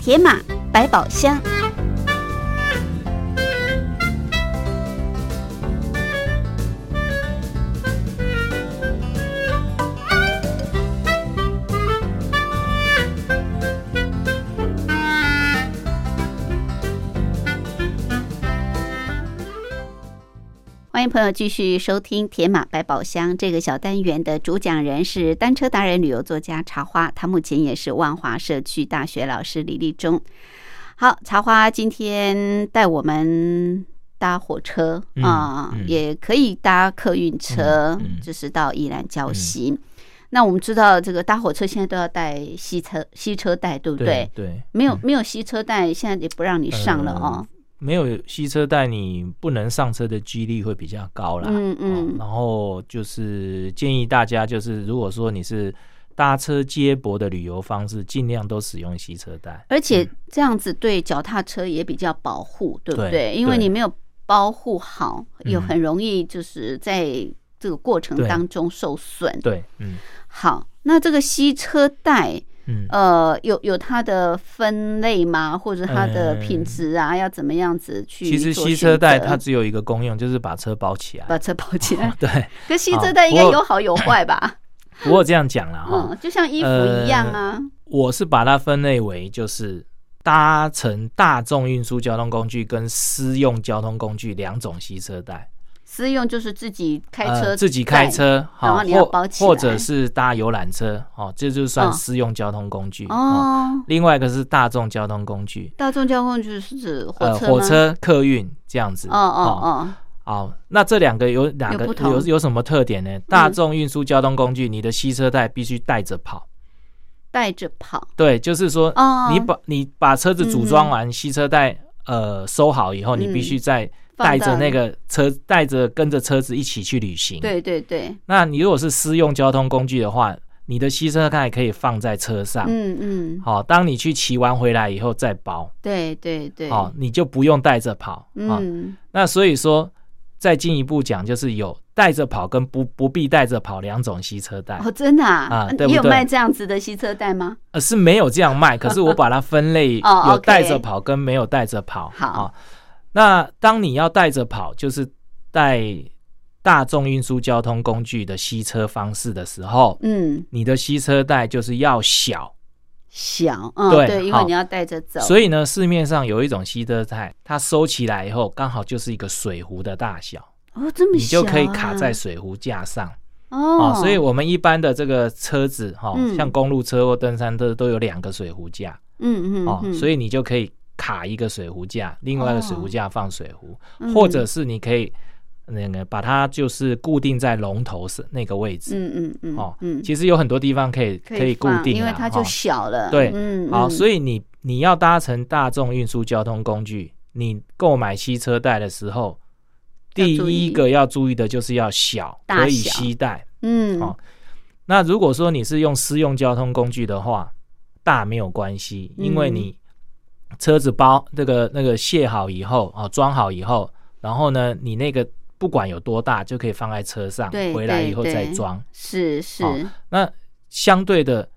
Speaker 1: 铁马百宝箱。欢迎朋友继续收听《铁马百宝箱》这个小单元的主讲人是单车达人、旅游作家茶花，他目前也是万华社区大学老师李立忠。好，茶花今天带我们搭火车
Speaker 3: 嗯
Speaker 1: 啊、
Speaker 3: 嗯
Speaker 1: 也可以搭客运车，
Speaker 3: 嗯嗯
Speaker 1: 就是到宜兰礁溪。那我们知道，这个搭火车现在都要带吸车吸车带，对不对？
Speaker 3: 对对，
Speaker 1: 没有
Speaker 3: 嗯呃
Speaker 1: 没有吸车带，现在也不让你上了哦。
Speaker 3: 没有吸车带，你不能上车的几率会比较高啦。
Speaker 1: 嗯嗯
Speaker 3: 哦然后就是建议大家，就是如果说你是搭车接驳的旅游方式，尽量都使用吸车带。
Speaker 1: 而且这样子对脚踏车也比较保护，对不对？
Speaker 3: 嗯对
Speaker 1: 因为
Speaker 3: 对
Speaker 1: 你没有保护好，
Speaker 3: 嗯
Speaker 1: 有很容易就是在这个过程当中受损。
Speaker 3: 对，嗯
Speaker 1: 好，那这个吸车带，
Speaker 3: 嗯，
Speaker 1: 呃，有有它的分类吗？或者它的品质啊，要怎么样子去？
Speaker 3: 哎其实吸车带它。只有一个功用，就是把车包起来。，
Speaker 1: 把车包起来
Speaker 3: 对，
Speaker 1: 可吸车带应该
Speaker 3: 不过
Speaker 1: 有好有坏 吧？
Speaker 3: 不过这样讲了哈，
Speaker 1: 嗯，就像衣服一样啊。
Speaker 3: 我是把它分类为就是搭乘大众运输交通工具跟私用交通工具两种吸车带。
Speaker 1: 私用就是自己开
Speaker 3: 呃
Speaker 1: 车，
Speaker 3: 自己开。车，
Speaker 1: 然后
Speaker 3: 好
Speaker 1: 你要
Speaker 3: 或
Speaker 1: 包起来
Speaker 3: 或者是搭游览车，哦，这就
Speaker 1: 哦
Speaker 3: 算私用交通工具。哦，
Speaker 1: 哦，
Speaker 3: 另外一个是大众交通工具，
Speaker 1: 大众交通工具是指火
Speaker 3: 呃，
Speaker 1: 车吗？
Speaker 3: 火车、客运这样子。
Speaker 1: 哦哦
Speaker 3: 好，那这两个有哪
Speaker 1: 有
Speaker 3: 个
Speaker 1: 不同嗯
Speaker 3: 有有什么特点呢？大众运输交通工具，你的吸车带必须带着跑。
Speaker 1: 哦，带着跑
Speaker 3: 对，就是说
Speaker 1: 哦，
Speaker 3: 你把你把车子
Speaker 1: 嗯
Speaker 3: 组装完，吸车带呃收好以后，你必须再
Speaker 1: 放
Speaker 3: 带着
Speaker 1: 到
Speaker 3: 那个车，带着跟着车子一起去旅行。
Speaker 1: 对对对，
Speaker 3: 那你如果是私用交通工具的话，你的吸车带可以放在车上。
Speaker 1: 嗯嗯，
Speaker 3: 啊好、当你去骑完回来以后再包，
Speaker 1: 对对对，
Speaker 3: 好、你就不用带着跑啊、
Speaker 1: 嗯，
Speaker 3: 那所以说，再进一步讲，就是有带着跑跟不不必带着跑两种吸车带，
Speaker 1: 哦，真的啊
Speaker 3: 啊，对不
Speaker 1: 你有
Speaker 3: 对
Speaker 1: 卖这样子的吸车带吗？
Speaker 3: 呃，是没有这样卖，可是我把它分类
Speaker 1: 哦
Speaker 3: 有
Speaker 1: OK
Speaker 3: 带着跑跟没有带着跑。
Speaker 1: 好
Speaker 3: 啊那当你要带着跑，就是带大众运输交通工具的吸车方式的时候，
Speaker 1: 嗯，
Speaker 3: 你的吸车带就是要小。
Speaker 1: 小，嗯，
Speaker 3: 对
Speaker 1: 对，因为
Speaker 3: 好
Speaker 1: 你要带着走，
Speaker 3: 所以呢，市面上有一种吸车带，它收起来以后刚好就是一个水壶的大小，
Speaker 1: 哦，这么
Speaker 3: 你
Speaker 1: 小啊，
Speaker 3: 就可以卡在水壶架上啊
Speaker 1: 哦，
Speaker 3: 所以我们一般的这个车子哈、哦
Speaker 1: 嗯
Speaker 3: 像公路车或登山车都有两个水壶架
Speaker 1: 嗯嗯
Speaker 3: 哦、
Speaker 1: 嗯，
Speaker 3: 所以你就可以卡一个水壶架，另外一个水壶架放水壶，
Speaker 1: 嗯
Speaker 3: 或者是你可以那个把它就是固定在龙头是那个位置、
Speaker 1: 嗯嗯嗯，
Speaker 3: 哦、
Speaker 1: 嗯，
Speaker 3: 其实有很多地方可以可以固
Speaker 1: 放
Speaker 3: 定啊，
Speaker 1: 因为它就
Speaker 3: 哦
Speaker 1: 小了，
Speaker 3: 对
Speaker 1: 嗯，
Speaker 3: 好，所
Speaker 1: 以
Speaker 3: 以你你要搭乘大众运输交通工具，你购买吸车带的时候，
Speaker 1: 要
Speaker 3: 第
Speaker 1: 注意
Speaker 3: 一个要注意的就是要小，
Speaker 1: 大
Speaker 3: 可以
Speaker 1: 小
Speaker 3: 吸带。
Speaker 1: 嗯，
Speaker 3: 哦那如果说你是用私用交通工具的话，大没有关系，因为
Speaker 1: 嗯
Speaker 3: 你车子包这个那个卸好以后啊，哦装好以后，然后呢，你那个不管有多大，就可以放在车上，
Speaker 1: 对
Speaker 3: 回来
Speaker 1: 对
Speaker 3: 以后再
Speaker 1: 对
Speaker 3: 装。
Speaker 1: 是是，
Speaker 3: 哦那相对的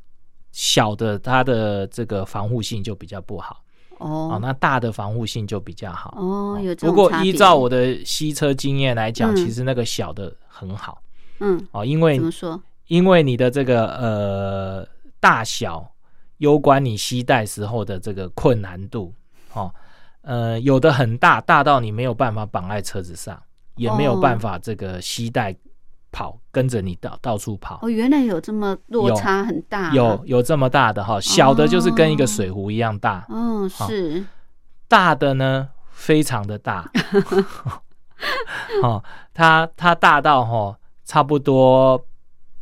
Speaker 3: 小的，它的这个防护性就比较不好。哦，
Speaker 1: 哦
Speaker 3: 那大的防护性就比较好。
Speaker 1: 哦，有这
Speaker 3: 不
Speaker 1: 种
Speaker 3: 过
Speaker 1: 差
Speaker 3: 依
Speaker 1: 别
Speaker 3: 照我的吸车经验来讲，
Speaker 1: 嗯
Speaker 3: 其实那个小的很好
Speaker 1: 嗯，
Speaker 3: 哦，因为
Speaker 1: 怎么说？
Speaker 3: 因为你的这个呃大小攸关你吸带时候的这个困难度哦。呃，有的很大，大到你没有办法绑在车子上，也没有办法这个膝带跑，跟着你到到处跑。
Speaker 1: 哦，原来有这么落
Speaker 3: 有
Speaker 1: 差很大啊，
Speaker 3: 有有这么大的哈，小的就是跟一个水壶一样大，
Speaker 1: 哦，
Speaker 3: 好
Speaker 1: 是
Speaker 3: 大的呢非常的大， 哦，它它大到哈、差不多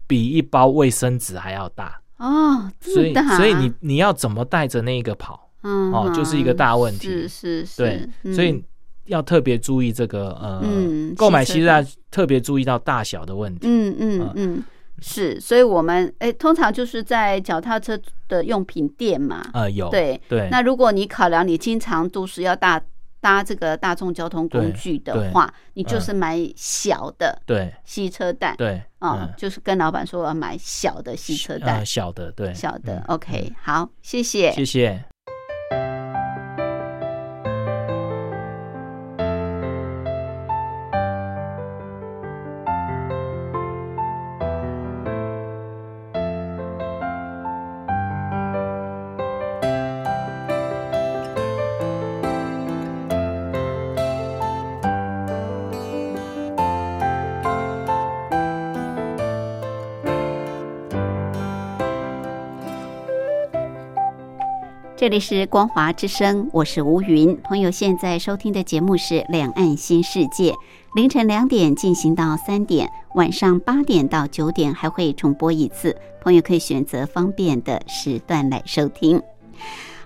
Speaker 3: 比一包卫生纸还要大，
Speaker 1: 哦，
Speaker 3: 所
Speaker 1: 这
Speaker 3: 以
Speaker 1: 么大，
Speaker 3: 所以你你要怎么带着那个跑？
Speaker 1: 嗯
Speaker 3: 哦就是一个大问题
Speaker 1: 是是是，
Speaker 3: 对，
Speaker 1: 嗯
Speaker 3: 所以要特别注意这个呃，
Speaker 1: 嗯
Speaker 3: 购买
Speaker 1: 汽
Speaker 3: 希
Speaker 1: 车
Speaker 3: 腊特别注意到大小的问题。
Speaker 1: 嗯嗯
Speaker 3: 啊
Speaker 1: 嗯，是，所以我们哎，通常就是在脚踏车的用品店嘛，
Speaker 3: 呃，有
Speaker 1: 对。
Speaker 3: 对
Speaker 1: 那如果你考量你经常都是要搭搭这个大众交通工
Speaker 3: 对
Speaker 1: 具的
Speaker 3: 对
Speaker 1: 话，你就是买小的
Speaker 3: 对
Speaker 1: 吸车带
Speaker 3: 对
Speaker 1: 啊，就是跟老板说我要买小的吸车
Speaker 3: 嗯
Speaker 1: 带
Speaker 3: 呃，小的对
Speaker 1: 小的
Speaker 3: 嗯。
Speaker 1: OK，好，谢
Speaker 3: 嗯谢
Speaker 1: 谢。
Speaker 3: 谢。
Speaker 1: 这里是光华之声，我是吴云。朋友现在收听的节目是《两岸新世界》，凌晨两点进行到三点，晚上八点到九点还会重播一次。朋友可以选择方便的时段来收听。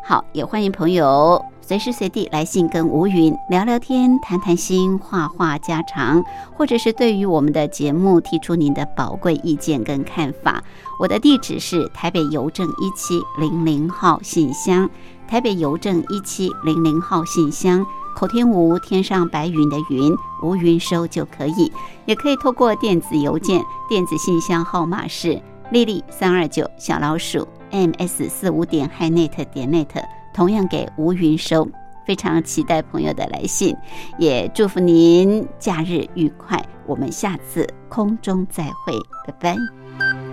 Speaker 1: 好，也欢迎朋友随时随地来信跟吴云聊聊天、谈谈心、话话家常，或者是对于我们的节目提出您的宝贵意见跟看法。我的地址是台北邮政一七零零号信箱，台北邮政一七零零号信箱，口天吴天上白云的云，吴云收就可以，也可以透过电子邮件，电子信箱号码是丽丽三二九小老鼠 m s 四五点 hinet E 点 net，同样给吴云收。非常期待朋友的来信，也祝福您假日愉快。我们下次空中再会，拜拜。